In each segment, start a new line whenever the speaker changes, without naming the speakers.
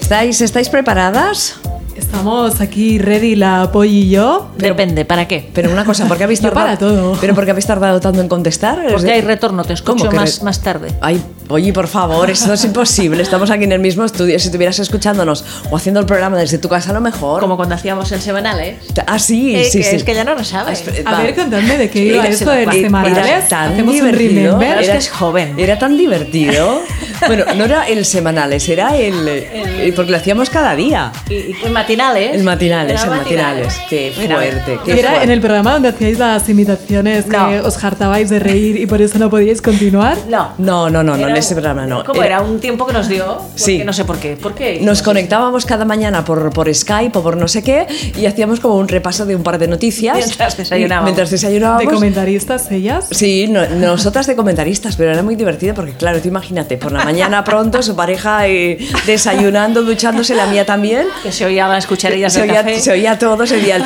¿Estáis, ¿Estáis preparadas?
Estamos aquí ready, la Polly y yo.
Depende, ¿para qué?
Pero una cosa, ¿por qué habéis
Yo
tardado?
para todo.
¿Pero por qué habéis tardado tanto en contestar? Es
Porque hay
decir,
retorno, te escucho
¿cómo que
más,
re-
más tarde.
Ay, oye, por favor, eso es imposible. Estamos aquí en el mismo estudio. Si estuvieras escuchándonos o haciendo el programa desde tu casa, a lo mejor.
Como cuando hacíamos el semanal, ¿eh?
Ah, sí,
Eh,
sí,
que
sí.
es que ya no lo sabes.
Ah, espera,
A
va.
ver, contadme de qué
Sí,
iba
que se
esto de
va.
los
Era
semanales.
tan
Hacemos un
divertido.
remember.
Es que es joven.
Era tan divertido. Bueno, no era el semanales, era el, eh, porque lo hacíamos cada día.
Y, y el ¿eh? matinales.
El matinales,
Era
el matinales. Qué
Mira,
fuerte.
Y
Qué
era
fuerte.
en el programa donde hacíais las imitaciones
No.
que os hartabais de reír y por eso no podíais continuar.
No.
No, no, no, no,
Era
en
un-
ese programa no. Eh,
¿Cómo era? Un tiempo que nos dio. porque
Sí.
No sé por qué. ¿Por qué?
Nos conectábamos cada mañana por, por Skype o por no sé qué y hacíamos como un repaso de un par de noticias.
Mientras desayunábamos.
Mientras
De
desayunábamos.
comentaristas ellas.
Sí, no- nosotras de comentaristas, pero era muy divertido porque, claro, tú imagínate, por la mañana pronto su pareja eh, desayunando, duchándose, la mía también.
Que se oía las cucharillas
Se
del
oía,
café.
se oía todo, se oía el-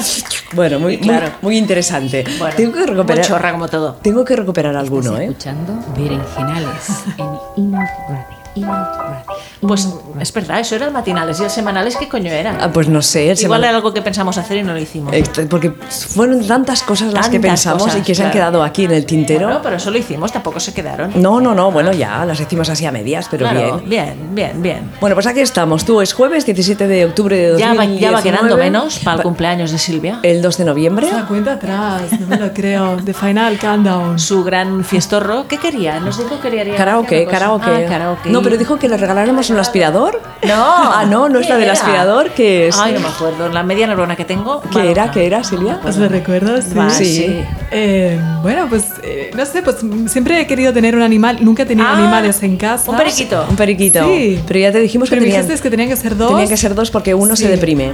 Bueno, muy, muy-
Claro.
muy interesante.
Bueno,
tengo que recuperar.
muy chorra como todo.
Tengo que recuperar alguno, ¿eh?
Escuchando Berenjenales en Inut Radio. Inut Radio.
Pues es verdad, eso era el matinales. ¿Y el semanales qué coño era?
Mm, Ah, pues no sé. el
Igual
semana-
era algo que pensamos hacer y no lo hicimos.
Este, Porque fueron tantas cosas las que
Tantas
pensamos y
cosas,
que se han
claro.
quedado aquí en el tintero.
Bueno, pero eso lo hicimos, tampoco se quedaron.
No, no, no, bueno, ya, las decimos así a medias, pero
Claro,
bien.
bien, bien, bien.
Bueno, pues aquí estamos. Tú es jueves 17 de octubre de
Ya va,
2019.
ya va Eh, quedando menos para el
Pa-
cumpleaños de Silvia.
El 2 de noviembre.
La cuenta atrás, no me lo creo. The Final Countdown.
Su gran fiestorro. ¿Qué quería? Nos dijo que quería.
Karaoke,
quería una cosa.
karaoke.
Ah, karaoke.
No, pero dijo que le regaláramos un aspirador.
No.
Ah, no, no es
¿Qué
la del
era?
aspirador, que es.
Ay, no me acuerdo. La media neurona que tengo.
¿Qué era,
que
qué era, Silvia?
pues
¿Os lo recuerdas? Sí.
Va,
Sí.
sí.
Eh, bueno, pues eh, no sé, pues mm, siempre he querido tener un animal, nunca he tenido
Ah,
animales en casa.
Un periquito.
Un periquito.
Sí.
Pero ya te dijimos que
Pero me
tenían,
dijisteis que tenían que ser dos.
tenía que ser dos porque uno
Sí.
se deprime.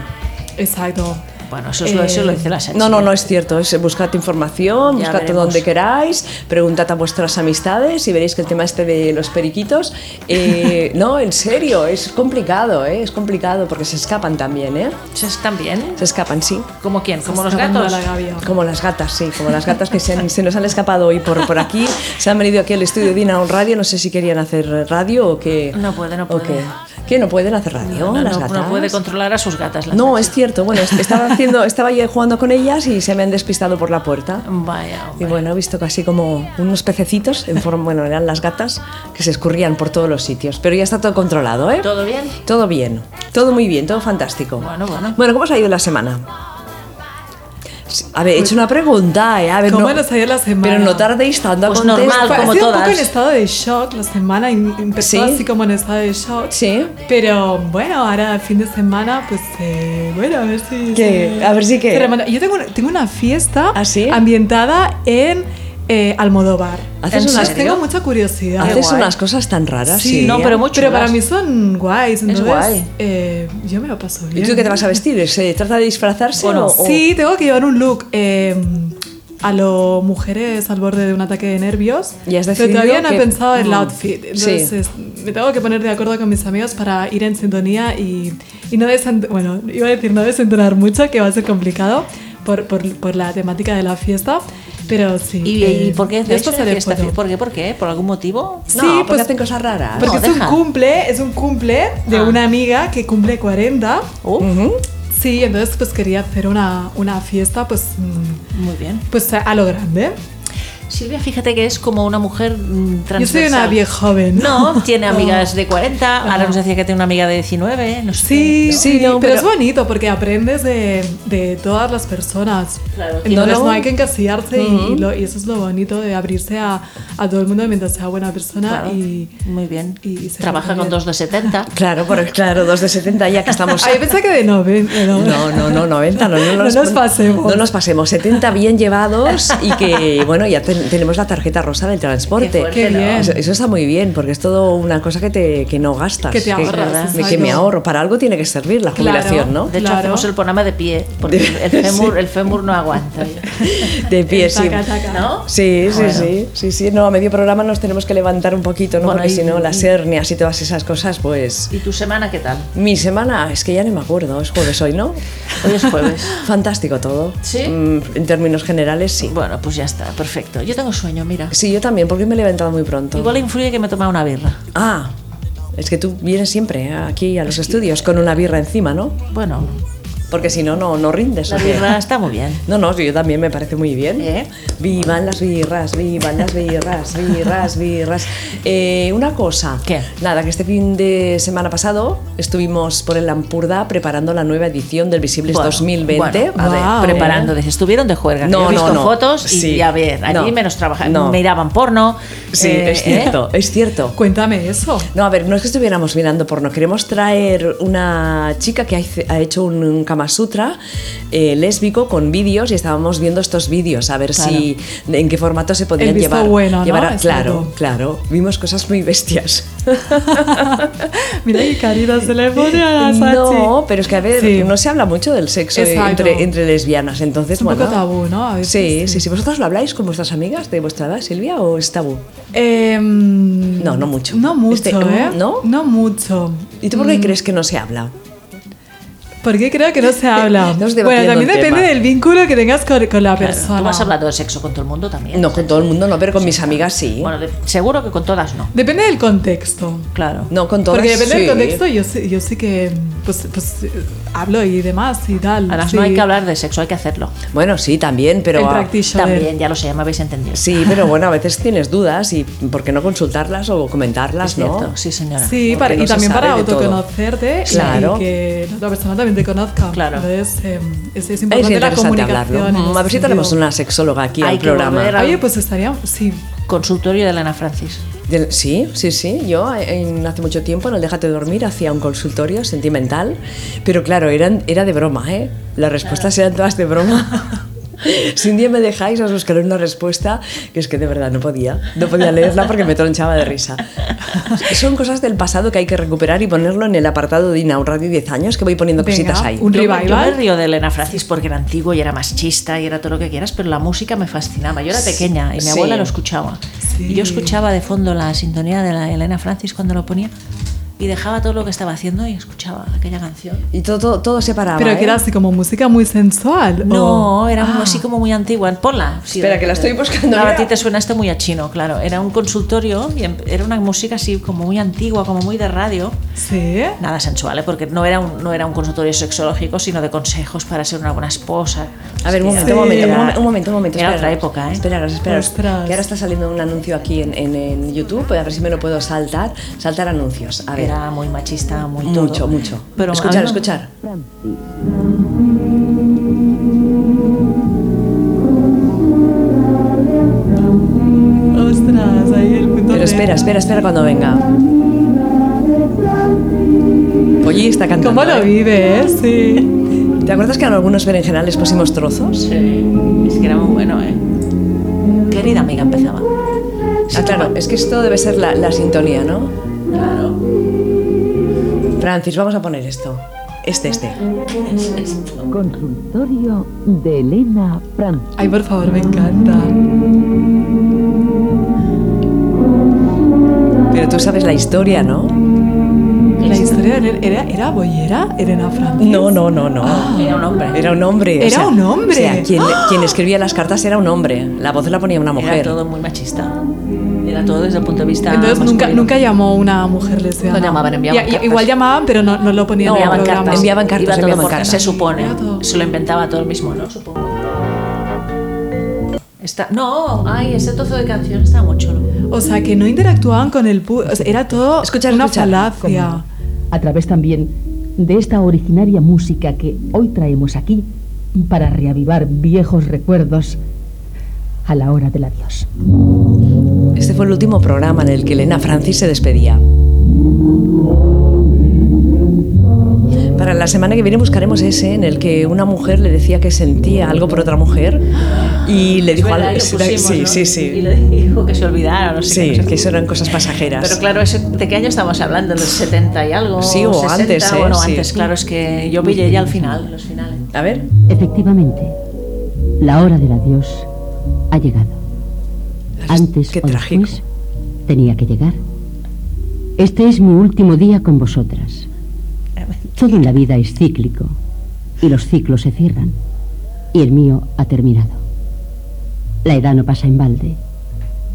Exacto.
Bueno, eso, es lo,
Eh,
eso lo dice la Sánchez.
No, no, no es cierto. Es, buscad información,
Ya
buscad
veremos.
donde queráis, preguntad a vuestras amistades y veréis que el tema este de los periquitos. eh, no, en serio, es complicado, ¿eh? es complicado porque se escapan también, ¿eh?
¿Se están bien?
Se escapan, sí.
¿Como quién? ¿Como los
Escapando
gatos?
a la gavia.
Como las gatas, sí, como las gatas que se, han- se nos han escapado hoy por, por aquí, se han venido aquí al estudio de Inaon Radio, no sé si querían hacer radio o que...
No puede, no
o
puede.
qué. ¿Qué? ¿No pueden hacer radio
No,
las
no,
gatas?
no puede controlar a sus gatas. la
No,
Sánchez.
es cierto. Bueno, es- estaba, haciendo, estaba yo jugando con ellas y se me han despistado por la puerta.
Vaya,
Y
hombre.
bueno, he visto casi como unos pececitos, en forma, bueno, eran las gatas, que se escurrían por todos los sitios. Pero ya está todo controlado, ¿eh?
¿Todo bien?
Todo bien, todo muy bien, todo fantástico.
Bueno, bueno.
Bueno, ¿cómo os ha ido la semana? Sí, A ver, he hecho una pregunta, ¿eh? A ver,
¿Cómo
no,
nos ha ido la semana?
Pero no tardéis tanto
Pues
a contestar.
normal,
Fue-
como
ha sido un
todas.
poco en estado de shock la semana, em- empezó
Sí.
así como en estado de shock.
Sí.
Pero bueno, ahora fin de semana, pues eh, bueno, a ver si...
¿Qué?
se-
A ver si qué.
se remanda. Yo tengo, tengo una fiesta
¿Ah, sí?
ambientada en eh, Almodóvar.
¿Haces
¿En
unas,
serio?
Tengo mucha curiosidad.
haces
guay.
unas cosas tan raras?
Sí, no,
¿eh?
pero muy
Pero
chulas.
para mí son guays, entonces
guay.
eh, yo me lo paso
¿Y
bien.
tú qué te vas a vestir? ¿Se trata de disfrazarse
Bueno,
o- o-
Sí, tengo que llevar un look eh, a lo mujeres al borde de un ataque de nervios.
¿Y has
pero
decidido
todavía no
que-
he pensado el
Mm.
outfit.
Sí.
Entonces me tengo que poner de acuerdo con mis amigos para ir en sintonía y, y no desent- bueno, iba a decir no desentonar mucho, que va a ser complicado por, por, por la temática de la fiesta. Pero sí.
¿Y,
eh,
y por qué?
de esto
hecho,
se le
fiesta?
foto.
¿Por qué? ¿Por qué? ¿Por algún motivo?
No,
sí,
porque
pues-
hacen cosas raras.
Porque
No,
es un
deja.
cumple, es un cumple de
Ah.
una amiga que cumple 40.
Uh,
Ujú.
Sí, entonces pues quería hacer una, una fiesta pues, mm,
Muy bien.
pues a, a lo grande.
Silvia, fíjate que es como una mujer mm, transversal.
Yo soy una vieja joven.
No, tiene amigas de 40, ahora nos decía que tiene una amiga de 19, no sé.
Sí,
Sí,
sí,
no, pero-
pero, es bonito porque aprendes de, de todas las personas.
Claro.
Entonces
Y no-
no hay que encasillarse y- y, lo- y eso es lo bonito de abrirse a, a todo el mundo mientras sea buena persona
Claro,
y...
muy bien.
y se
Trabaja con
comprende.
dos de 70.
Claro, por- claro, dos de 70 ya que estamos...
Ah, yo pensé que de 90. No,
No, no, no, 90, no,
No nos pasemos.
No nos pasemos, 70 bien llevados y que, bueno, ya ten- tenemos la tarjeta rosa del
Qué
transporte.
fuerte,
Qué
¿no?
bien.
Eso, eso está muy bien, porque es todo una cosa que, te, que no gastas.
Que te ahorras,
Que,
exacto.
me ahorro. Para algo tiene que servir la
Claro.
jubilación, ¿no?
De hecho,
Claro.
hacemos el programa de pie, porque el fémur, el fémur no aguanta.
De pie, sí.
Taca, taca.
¿No?
Sí, sí,
Bueno.
sí, sí, sí. No, a medio programa nos tenemos que levantar un poquito, ¿no?
Bueno,
Porque
y-
si no, las hernias y todas esas cosas, pues...
¿Y tu semana qué tal?
Mi semana, es que ya no me acuerdo, es jueves hoy, ¿no?
Hoy es jueves.
Fantástico todo.
¿Sí?
Mm, en términos generales, sí.
Bueno, pues ya está, perfecto. Yo tengo sueño, mira.
Sí, yo también, porque me he levantado muy pronto.
Igual influye que me he tomado una birra.
Ah, Es que tú vienes siempre eh, aquí a los estudios con una birra encima, ¿no?
Bueno,
Porque si no, no, no rindes.
la
¿o qué?
birra está muy bien.
No, no, yo también me parece muy bien.
¿Eh?
Vivan las birras, vivan las birras, birras, birras. Eh, una cosa.
¿Qué?
Nada, que este fin de semana pasado estuvimos por el Lampurda preparando la nueva edición del Visibles
Bueno,
2020.
bueno,
Wow.
preparando, dices, estuvieron de juerga. que yo he visto fotos y,
Sí.
a ver, allí
No.
menos trabajar,
No.
miraban porno.
Sí,
eh,
es
¿eh?
cierto, es cierto.
Cuéntame eso.
No, a ver, no es que estuviéramos mirando porno. Queremos traer una chica que ha- ha hecho un, un Kama Sutra eh, lésbico con vídeos y estábamos viendo estos vídeos a ver
Claro.
si de- en qué formato se podían
El visto
llevar.
bueno, ¿no?
llevar a-
Es
claro,
todo.
claro. Vimos cosas muy bestias.
Mira, y Karina se le pone a la
No,
Sachi.
pero es que a ver,
Sí.
no se habla mucho del sexo eh,
Exacto.
entre, entre lesbianas, entonces
Es un
bueno.
poco tabú, ¿no? A veces,
Sí,
sí.
sí, sí. ¿Vosotras lo habláis con vuestras amigas de vuestra edad, Silvia, o es tabú?
Em,
No, no mucho.
No mucho,
Este,
¿eh?
¿no?
No mucho.
¿Y tú por
Mm.
qué crees que no se habla?
Porque creo que no se habla.
Estamos debatiendo
bueno, también
el
depende
tema.
del vínculo que tengas con, con la
Claro,
persona.
Tú has hablado de sexo con todo el mundo también.
No, con todo el mundo no, pero con mis amigas sí.
Bueno, de- seguro que con todas no.
Depende del contexto.
Claro.
No, con todas
Porque depende del
sí.
contexto, yo sí, yo sí que pues, pues, eh, hablo y demás y tal.
Ahora
sí.
no hay que hablar de sexo, hay que hacerlo.
Bueno, sí, también, pero...
El
ah,
practitioner.
También, ya lo sé, ya me habéis entendido.
Sí, pero bueno, a veces tienes dudas y ¿por qué no consultarlas o comentarlas,
Es cierto,
no?
sí, señora.
Sí,
Porque
para-
no
y
se
también
sabe
para
de todo.
autoconocerte
Claro.
y que la otra persona también te conozca.
Claro.
Entonces, eh, es, es
Es
importante la
interesante
comunicación.
hablarlo.
en ese
Mm, A ver si tenemos
sentido.
una sexóloga aquí
Hay
al
que volver
programa.
a-
Oye, pues estaría. Sí,
Consultorio de Elena Francis.
Del- Sí, sí, sí. Yo en- hace mucho tiempo en el Déjate Dormir hacía un consultorio sentimental, pero claro, eran, era de broma, ¿eh? Las respuestas eran todas de broma. Si un día me dejáis, os buscaré una respuesta que es que de verdad no podía. No podía leerla porque me tronchaba de risa. Son cosas del pasado que hay que recuperar y ponerlo en el apartado de Inaun Radio 10 años, que voy poniendo
Venga,
cositas ahí.
Un
Yo- Yo me
revival.
río de Elena Francis porque era antiguo y era machista y era todo lo que quieras, pero la música me fascinaba. Yo era pequeña y mi
Sí.
abuela lo escuchaba.
Sí.
Y yo escuchaba de fondo la sintonía de la Elena Francis cuando lo ponía y dejaba todo lo que estaba haciendo y escuchaba aquella canción.
Y todo, todo, todo se paraba.
pero que
¿eh?
era así como música muy sensual.
No,
o-
era
Ah.
así como muy antigua. Ponla.
Oh.
sí,
Espera,
de-
que la estoy buscando.
Ahora a
Mira.
ti te suena esto muy a chino, claro. Era un consultorio y em- era una música así como muy antigua, como muy de radio.
Sí.
Nada sensual, ¿eh? porque no era, un, no era un consultorio sexológico, sino de consejos para ser una buena esposa.
A ver, un
Era-
momento, un momento, un momen- un momento, un momento.
Era
esperaros,
otra época, ¿eh?
Esperaros, esperaros.
Ostras.
Que ahora está saliendo un anuncio aquí en, en- en YouTube. A ver si me lo puedo saltar. Saltar anuncios. A ver.
Era muy machista, muy todo.
Mucho, mucho.
Pero a
escuchar,
mí me-
escuchar.
Ostras, ahí el punto
Pero
de-
espera, espera, espera cuando venga. Oye, está cantando.
¿Cómo lo
¿eh?
vive, eh? Sí.
¿Te acuerdas que en algunos berenjenales pusimos trozos?
Sí, es que era muy bueno, ¿eh? Querida amiga, empezaba.
Ah, claro, es que esto debe ser la, la sintonía, ¿no?
Claro.
Francis, vamos a poner esto. Este, este.
Consultorio de Elena Francis.
Ay, por favor, me encanta.
Pero tú sabes la historia, ¿no?
La historia de Elena- ¿Era, era boyera? ¿Elena Francis?
No, no, no, no.
Era un hombre.
Ah. Era un hombre. o
Era un hombre.
O sea, quien, quien escribía las cartas era un hombre. La voz la ponía una
Era
mujer.
todo muy machista. Era todo desde el punto de vista.
Entonces nunca,
masculino.
nunca llamó una mujer lesbiana.
No llamaban,
Y-
enviaban
y-
cartas.
Igual llamaban, pero no, no lo ponían
No,
en el
enviaban
programa.
cartas.
Enviaban cartas,
Iba todo
enviaban
por-
cartas.
Se supone.
Era todo.
Se lo inventaba todo el mismo, ¿no? Supongo. Está, no, ay, ese trozo de canción está muy chulo.
O sea, que no interactuaban con el público. era todo
Escuchar,
una
escuchar.
falacia.
A través también de esta originaria música que hoy traemos aquí para reavivar viejos recuerdos a la hora del adiós.
Este fue el último programa en el que Elena Francis se despedía. Para la semana que viene buscaremos ese en el que una mujer le decía que sentía algo por otra mujer y le dijo
Verdad,
algo.
lo pusimos,
sí,
¿no?
sí,
Y
sí.
le dijo que se olvidara, no sé qué, no
Sí,
sé
que
qué.
eso eran cosas pasajeras.
Pero claro, eso- ¿de qué año estamos hablando? ¿Los 70 y algo?
Sí, o
60,
antes, ¿eh?
Bueno,
Sí.
antes, claro, es que yo pillé ya al final, los finales.
A ver,
Efectivamente, la hora del adiós ha llegado. Antes
qué
o
trágico.
después tenía que llegar. Este es mi último día con vosotras. Todo en la vida es cíclico y los ciclos se cierran. Y el mío ha terminado. La edad no pasa en balde.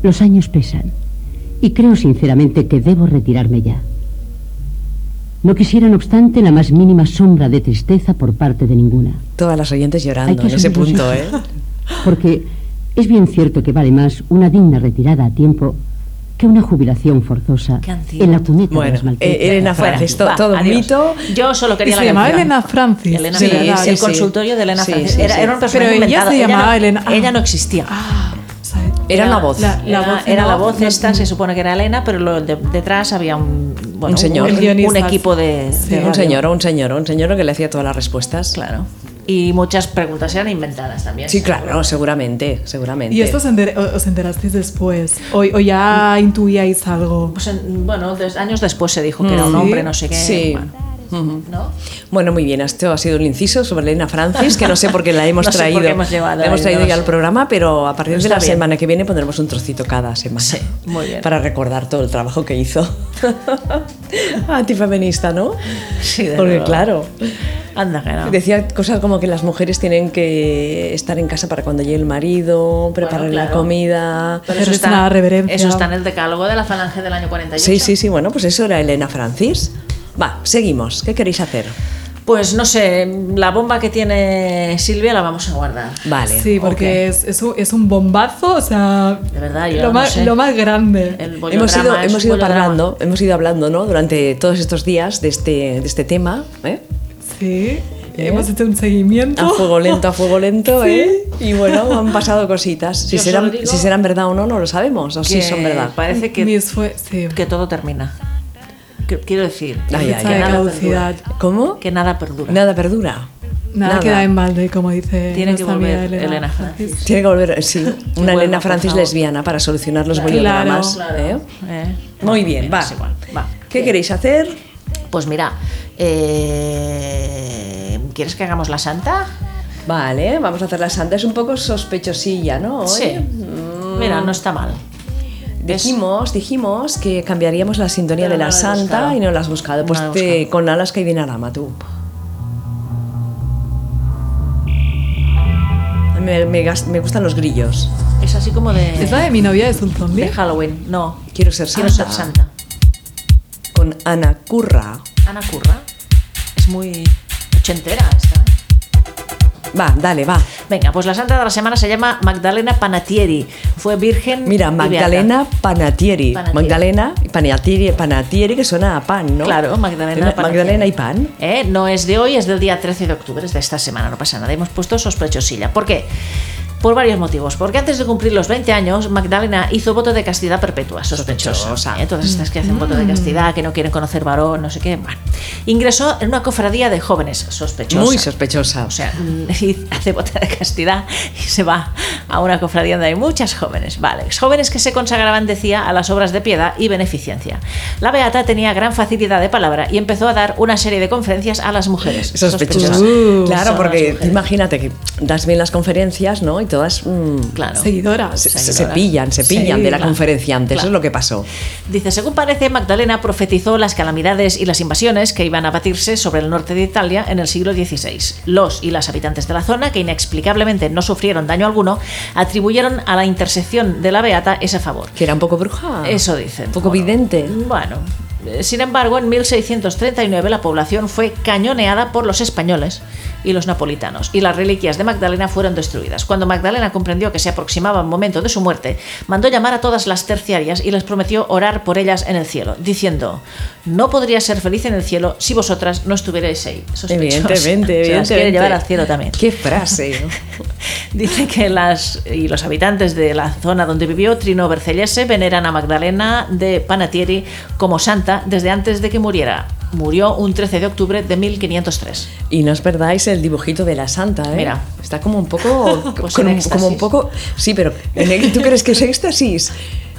Los años pesan. Y creo sinceramente que debo retirarme ya. No quisiera, no obstante, la más mínima sombra de tristeza por parte de ninguna.
Todas las oyentes
Hay
llorando
que
en ese
sonreír.
punto, ¿eh?
Porque es bien cierto que vale más una digna retirada a tiempo que una jubilación forzosa
Qué antiguo.
en la cuneta de
Bueno,
las malditas.
eh, Elena
Fuera.
Francis, to-
Va,
todo un
adiós.
mito.
Yo solo
Y
quería
se
la
llamaba
canción.
Elena Francis.
Elena
de
Francis,
verdad.
sí,
el
sí.
consultorio de Elena
Sí,
Francis.
sí,
era,
sí.
era un personaje
Pero ella
inventado.
se llamaba
no-
Elena- ah.
ella no existía.
Ah, ¿sabes?
Eh,
Era la voz.
La-
era,
voz en
era la
off,
voz
no-
esta, se supone que era Elena, pero lo de- detrás había un, bueno,
Un señor.
El
un,
guionista.
equipo de,
Sí,
de
un
Un
radio.
señor, un señor, un señor que le hacía todas las respuestas.
Claro. Y muchas preguntas eran inventadas también.
Sí, claro, seguramente, seguramente.
¿Y esto
eh.
os, enter- o- os enterasteis después? ¿O, o ya intuíais algo?
Pues, en- bueno, des- años después se dijo que era
Mm.
un
Sí.
hombre, no sé qué.
Sí.
bueno,
Ujú.
¿no?
Bueno, muy bien, esto ha sido un inciso sobre Elena Francis, que no sé por qué la hemos
No sé por qué
traído.
hemos llevado
la hemos
ahí,
traído
no
ya
sé.
al programa, pero a partir
Pero
de la
está bien.
semana que viene pondremos un trocito cada semana.
Sí, muy bien.
Para recordar todo el trabajo que hizo. Antifeminista, ¿no?
Sí, de
Porque
luego.
claro.
Anda, que no.
Decía cosas como que las mujeres tienen que estar en casa para cuando llegue el marido, preparar la
claro.
comida.
Pero
Hacerles una reverencia.
Eso está en el decálogo de la falange del año 48.
Sí, sí, sí, bueno, pues eso era Elena Francis. Va, seguimos. ¿Qué queréis hacer?
Pues no sé, la bomba que tiene Silvia la vamos a guardar.
Vale.
Sí, porque
ok.
es, es un, es un bombazo, o sea...
De verdad, yo
lo,
no
más,
sé.
lo más grande.
El
Hemos
bollodrama
ido,
es
hemos ido
bollodrama.
hablando, hemos ido hablando ¿no? durante todos estos días de este, de este tema, ¿eh?
Sí, hemos hecho un seguimiento.
a
Oh.
fuego lento, a fuego lento,
Sí.
¿eh? y bueno, han pasado cositas. Si
Yo
serán,
solo digo
si serán verdad o no, no lo sabemos, o si
Que
son verdad.
Parece que,
Mis fue- sí.
que todo termina. Que- quiero decir,
Ay, ay,
que
fecha
ay.
de
nada
caducidad.
perdura.
¿Cómo?
Que nada perdura.
Nada perdura.
Nada, queda en balde, como dice
Tiene que
nuestra amiga
volver
Elena,
Elena
Francis.
Francis.
Tiene que volver, sí, una
vuelva,
Elena
por
Francis
favor.
lesbiana para solucionar los
Claro,
bollodramas.
claro.
¿eh?
Eh,
Muy
más o
bien, va.
menos igual, va.
¿Qué queréis hacer?
Pues mira, eh, ¿quieres que hagamos la santa?
Vale, vamos a hacer la santa. Es un poco sospechosilla, ¿no? Hoy. Mm,
Mira, no está mal. Es-
Dijimos, dijimos que cambiaríamos la sintonía
Pero
de
no
la
la he
Santa
buscado.
y no la has buscado.
No
Pues
la he
te-
buscado.
con Alaska y Dinarama, tú. Me, me gas- me gustan los grillos.
es así como de,
¿Es la de mi novia es un zombie?
de Halloween. No,
Quiero ser
quiero
santa.
ser Ah, santa.
Con Ana Curra.
Ana Curra. Es muy ochentera esta. ¿eh?
Va, dale, va.
Venga, pues la santa de la semana se llama Magdalena Panatieri. Fue virgen.
Mira,
y
Magdalena Panatieri.
Panatieri.
Magdalena Panatieri, Panatieri, que suena a pan, ¿no?
beata. Claro, Magdalena
Ma- Magdalena y pan.
Eh, No es de hoy, es del día 13 de octubre, es de esta semana, no pasa nada. Hemos puesto sospechosilla. ¿Por qué? Por varios motivos. Porque antes de cumplir los 20 años, Magdalena hizo voto de castidad perpetua, sospechosa.
Sospechosa. Mm.
¿eh? Todas estas que hacen voto de castidad, que no quieren conocer varón, no sé qué. Bueno. Ingresó en una cofradía de jóvenes, sospechosa.
Muy sospechosa.
O sea, y hace bota de castidad y se va a una cofradía donde hay muchas jóvenes. Vale, jóvenes que se consagraban, decía, a las obras de piedad y beneficencia. La beata tenía gran facilidad de palabra y empezó a dar una serie de conferencias a las mujeres.
sospechosa.
Sospechosas.
Uh,
claro,
Son las
porque
mujeres.
imagínate que das bien las conferencias, ¿no? Y todas mm,
Claro.
Seguidoras.
se, se- se
Seguidoras.
pillan, se pillan
Sí,
de la
claro,
conferenciante. Eso
claro.
es lo que pasó.
Dice, según parece, Magdalena profetizó las calamidades y las invasiones que iban a batirse sobre el norte de Italia en el siglo XVI. Los y las habitantes de la zona, que inexplicablemente no sufrieron daño alguno, atribuyeron a la intersección de la Beata ese favor.
Que era un poco bruja.
Eso dicen.
Un Ah. poco
Bueno,
vidente.
Bueno. eh, Sin embargo, en 1639 la población fue cañoneada por los españoles y los napolitanos, y las reliquias de Magdalena fueron destruidas. Cuando Magdalena comprendió que se aproximaba el momento de su muerte, mandó llamar a todas las terciarias y les prometió orar por ellas en el cielo, diciendo: No podría ser feliz en el cielo si vosotras no estuvierais ahí. Sospechosa.
Evidentemente,
O sea, las
evidentemente.
quiere llevar al cielo también.
Qué frase.
Dice que las y los habitantes de la zona donde vivió Trino Bercellese veneran a Magdalena de Panatieri como santa desde antes de que muriera. Murió un 13 de octubre de 1503.
y no os perdáis el dibujito de la santa, ¿eh?
Mira.
Está como un poco.
Pues
con
en
un- como un
éxtasis.
poco. Sí, pero en- ¿tú crees que es éxtasis?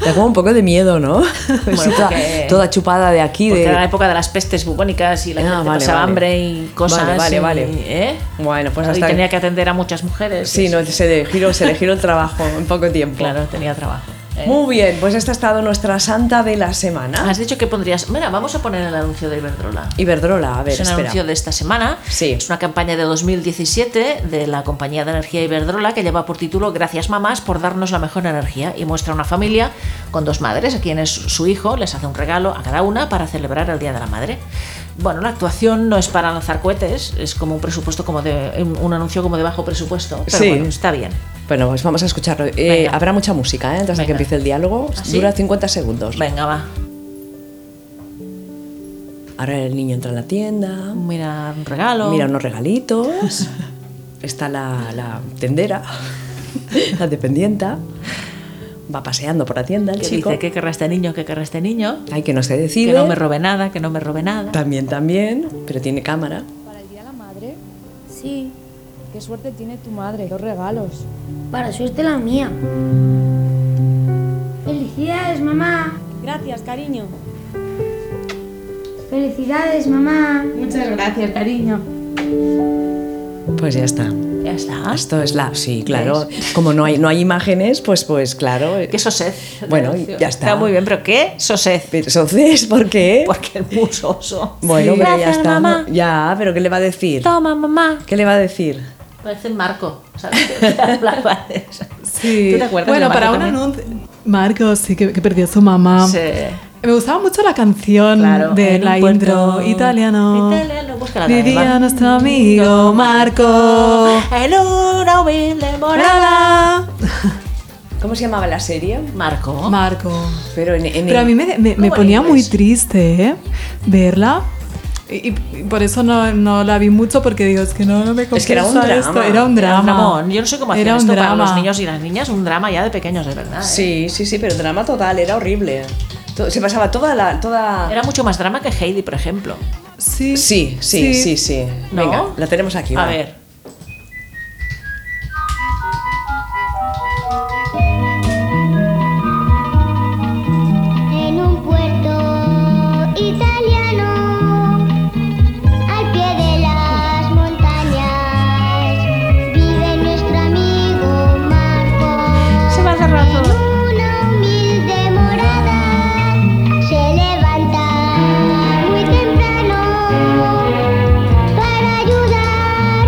Da como un poco de miedo, ¿no? Así toda,
porque-
toda chupada de aquí.
Porque
de...
era la época de las pestes bubónicas y la
Ah,
gente
vale,
pasaba
vale.
hambre y cosas.
Vale, vale,
y-
vale.
¿eh?
Bueno, pues
Y
hasta-
tenía que atender a muchas mujeres.
Sí, no, se le giró, se le giró el trabajo en poco tiempo.
Claro, tenía trabajo. ¿eh?
Muy bien, pues esta ha estado nuestra santa de la semana.
Has dicho que pondrías. Mira, vamos a poner el anuncio de Iberdrola.
Iberdrola, a ver,
Es un
espera.
anuncio de esta semana.
Sí.
Es una campaña de 2017 de la compañía de energía Iberdrola que lleva por título Gracias mamás por darnos la mejor energía y muestra una familia con dos madres a quienes su hijo les hace un regalo a cada una para celebrar el Día de la Madre. Bueno, la actuación no es para lanzar cohetes, es como un presupuesto como de un, un anuncio como de bajo presupuesto, pero
Sí.
bueno, está bien.
Bueno, pues vamos a escucharlo. Eh,
Venga.
habrá mucha música, ¿eh? Antes de que
Venga.
empiece el diálogo.
¿Ah, sí?
Dura 50 segundos.
Venga, va.
Ahora el niño entra en la tienda,
Mira un regalo.
mira unos regalitos. Está la, la tendera, la dependienta. Va paseando por la tienda el
que
chico.
dice que querrá este niño, que querrá este niño,
Ay, que no se decide.
que no me robe nada, que no me robe nada.
También, también, pero tiene cámara.
¿Para el Día de la Madre?
Sí,
¿Qué suerte tiene tu madre? Dos regalos.
para suerte la mía. Felicidades, mamá.
Gracias, cariño.
Felicidades, mamá.
Pues ya está.
Ya está.
Esto es la. Sí, claro. Como no hay, no hay imágenes, pues, pues claro.
Qué sosez.
Bueno, y ya está.
Está muy bien, pero qué sosez.
Pero entonces, ¿por qué?
Porque es muy soso.
Bueno, pero ya
Pues, Gracias,
está. ¿no?
mamá.
Ya, pero ¿qué le va a decir?
Toma, mamá.
¿Qué le va a decir?
Parece el Marco, ¿sabes? Que hablaba de eso.
Sí.
¿Tú te acuerdas
bueno,
de Marco
para un
también?
anuncio. Marco, sí, que, que perdió a su mamá.
Sí.
Me gustaba mucho la canción
Claro,
de
en
la
un
intro.
puerto
Italiano.
italiano, búscala también,
Vivía
va.
nuestro amigo Marco.
En una Oh, humilde
Hola.
morada.
¿Cómo se llamaba la serie?
Marco.
Marco.
Pero en, en-
Pero a mí me, me- me
¿Cómo
ponía
en
muy
inglés?
triste ¿eh? verla. Y, y por eso no, no la vi mucho porque digo, es que no, no me
Es que era un
compensa esto.
drama.
Era un
Era un
drama.
dramón. Yo no sé cómo hacían
Era un
esto para
drama.
los niños y las niñas, un drama ya de pequeños, de verdad. ¿eh?
Sí, Ah, sí, sí, pero drama total, era horrible. To- Se pasaba toda la. Toda...
Era mucho más drama que Heidi, por ejemplo.
Sí,
Sí, sí, sí, sí.
¿No?
Venga, la tenemos aquí.
A
va.
ver.
En un puerto italiano, al pie de las montañas, vive nuestro amigo Marco.
Se va de rato.
En una humilde morada, se levanta muy temprano para ayudar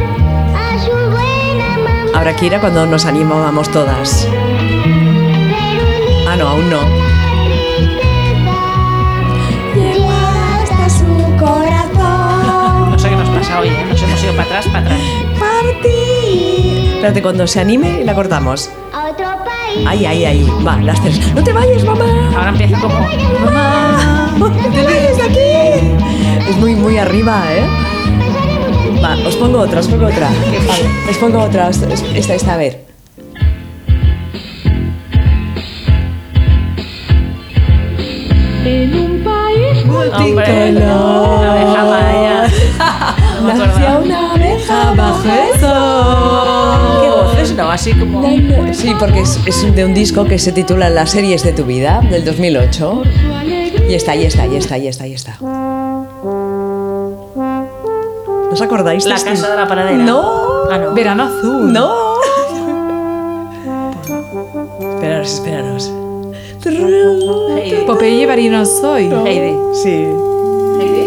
a su buena mamá.
Ahora que era cuando nos animábamos todas.
Pero un día
Ah, no, aún no.
tristeza llegó hasta su corazón.
No sé qué nos pasa hoy, ¿eh? Nos hemos ido para atrás, para atrás.
Partir
Espérate, cuando se anime la cortamos.
a otro país.
Ahí, ahí, ahí. Va, las tres. ¡No te vayas, mamá!
Ahora empieza como.
¡Mamá! ¡No te vayas de aquí! Es muy, muy arriba, ¿eh?
Pensaré mucho en ti.
Va, os pongo otra, os pongo otra. Vale, os pongo otra. os- os- Esta, esta, a ver.
Multicolor.
Una abeja maya. No me
Hacia
acuerdo.
una abeja
Bajo el sol.
¿Qué voces? No, así como.
Sí, porque es, es de un disco que se titula Las series de tu vida, del 2008. Y está, y está, y está, y está, y está. ¿No os acordáis? de
La
este?
casa de la paradera.
No.
Ah, no.
Verano azul.
¡No! esperaros, esperaros.
Heidi.
Popeye y Barino soy.
Heidi.
Sí.
Heidi.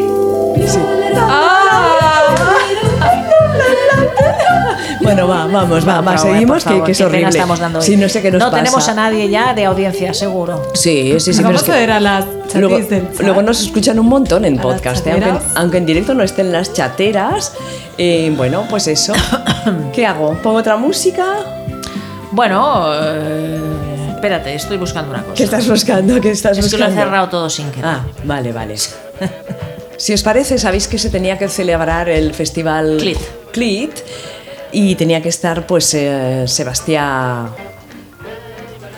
Ah,
Bueno, va, vamos, va, va,
Por favor,
seguimos, que,
por favor,
que es
qué pena
horrible.
estamos dando hoy.
Sí, no sé qué nos
No
pasa.
tenemos a nadie ya de audiencia, seguro.
Sí, sí, sí, pero
Vamos
es que-
a ver a las chatis
Luego,
del chat.
luego nos escuchan un montón en
A las
podcast, ¿eh? aunque,
chateras.
aunque en directo no estén las chateras. eh, bueno, pues eso. ¿Qué hago? ¿Pongo otra música?
Bueno, eh, espérate, estoy buscando una cosa.
¿Qué estás buscando? ¿Qué estás
es que lo he
buscando?
cerrado todo sin querer.
Ah, vale, vale. Si os parece, sabéis que se tenía que celebrar el festival
Clit.
Clit, y tenía que estar, pues, eh, Sebastián.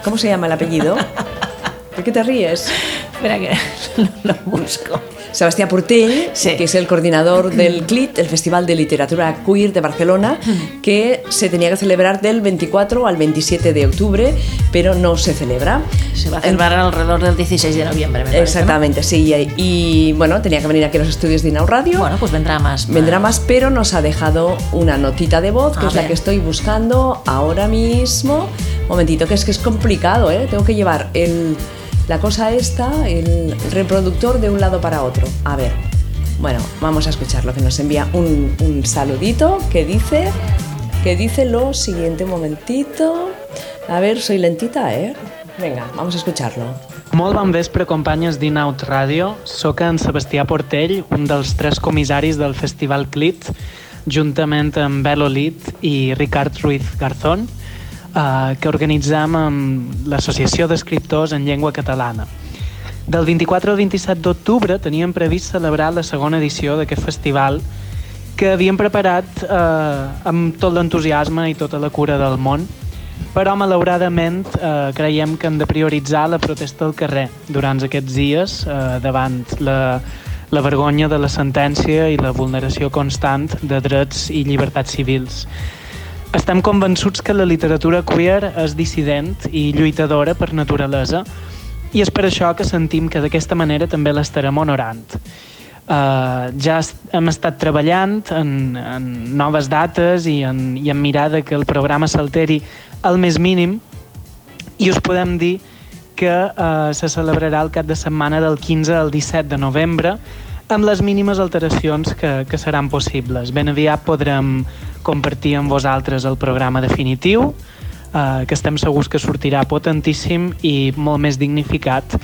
¿Cómo se llama el apellido? ¿Por qué te ríes?
Espera que lo, lo busco.
Sebastián Portell,
Sí.
que es el coordinador del CLIT, el Festival de Literatura Queer de Barcelona,
Mm.
que se tenía que celebrar del 24 al 27 de octubre, pero no se celebra.
Se va a celebrar alrededor del 16 de noviembre, me parece, ¿no?
Exactamente, sí. Y, y, bueno, tenía que venir aquí a los estudios de Inau Radio.
Bueno, pues vendrá más.
Vendrá más, pero nos ha dejado una notita de voz, que
A
es
ver.
la que estoy buscando ahora mismo. Momentito, que es que es complicado, ¿eh? Tengo que llevar el, la cosa esta, el reproductor de un lado para otro. A ver, bueno, vamos a escucharlo, que nos envía un, un saludito que dice, que dice lo siguiente, un momentito. A ver, soy lentita, ¿eh? Venga, vamos a escucharlo.
Molt bon vespre, companyes d'Inaut Ràdio. Soc en Sebastià Portell, un dels tres comissaris del Festival Clit, juntament amb Belo Lit i Ricard Ruiz Garzón, eh, que organitzam amb l'Associació d'Escriptors en Llengua Catalana. Del 24 al 27 d'octubre teníem previst celebrar la segona edició d'aquest festival que havíem preparat eh, amb tot l'entusiasme i tota la cura del món, però malauradament eh, creiem que hem de prioritzar la protesta al carrer durant aquests dies eh, davant la, la vergonya de la sentència i la vulneració constant de drets i llibertats civils. Estem convençuts que la literatura queer és dissident i lluitadora per naturalesa i és per això que sentim que d'aquesta manera també l'estarem honorant. Uh, ja es- hem estat treballant en, en noves dates i en, i en mirar de que el programa s'alteri al més mínim i us podem dir que eh, se celebrarà el cap de setmana del 15 al 17 de novembre amb les mínimes alteracions que, que seran possibles. Ben aviat podrem compartir amb vosaltres el programa definitiu, eh, que estem segurs que sortirà potentíssim i molt més dignificat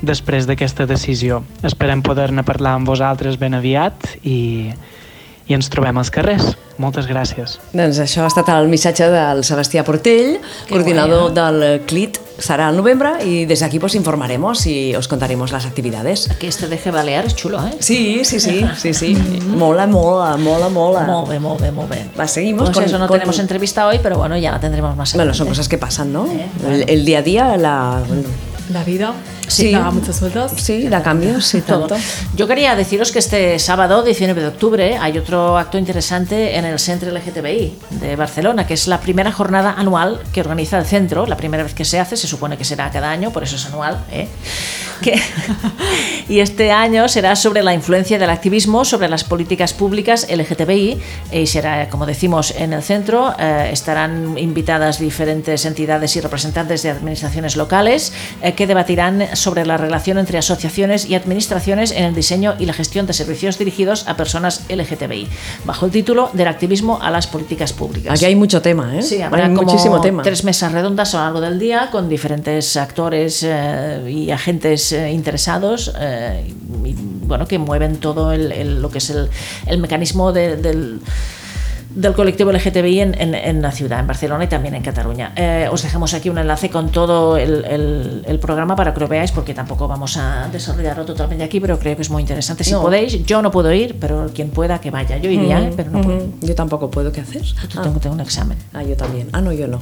després d'aquesta decisió. Esperem poder-ne parlar amb vosaltres ben aviat i, i ens trobem als carrers. Moltes gràcies.
Doncs això ha estat el missatge del Sebastià Portell, coordinador del CLIT, serà al novembre y desde aquí pues informaremos y os contaremos las actividades.
Que este deje balear es chulo, ¿eh?
Sí, sí, sí, sí, sí.
Mm-hmm.
Mola, mola, mola, mola.
Move, move, move.
Va, seguimos
Pues
con-
eso, no
con-
tenemos entrevista hoy, pero bueno, ya la tendremos más
Bueno,
adelante.
son cosas que pasan, ¿no?
Eh,
El, el día a día, la...
La vida
Sí.
da muchas vueltas.
Sí, da cambios, sí,
Todo.
tanto.
Yo quería deciros que este sábado, 19 de octubre, hay otro acto interesante en el Centro LGTBI de Barcelona, que es la primera jornada anual que organiza el centro, la primera vez que se hace, se supone que será cada año, por eso es anual. ¿eh? Que- y este año será sobre la influencia del activismo sobre las políticas públicas LGTBI y eh, será, como decimos, en el centro. Eh, estarán invitadas diferentes entidades y representantes de administraciones locales eh, que debatirán sobre la relación entre asociaciones y administraciones en el diseño y la gestión de servicios dirigidos a personas LGTBI, bajo el título del activismo a las políticas públicas.
Aquí hay mucho tema, ¿eh?
Sí, habrá
hay
como
muchísimo tema.
tres mesas redondas a lo largo del día con diferentes actores eh, y agentes eh, interesados eh, y, y, bueno, que mueven todo el- el- lo que es el, el mecanismo de- del del colectivo LGTBI en, en- en la ciudad, en Barcelona y también en Cataluña. Eh, os dejamos aquí un enlace con todo el, el- el programa para que lo veáis, porque tampoco vamos a desarrollarlo totalmente aquí, pero creo que es muy interesante. Si
No.
podéis, yo no puedo ir, pero quien pueda que vaya. Yo iría, eh, pero no puedo.
Ujú. Mm, Yo tampoco puedo, ¿qué hacer?
Yo tengo- tengo un examen.
Ah, yo también. Ah, no, yo no.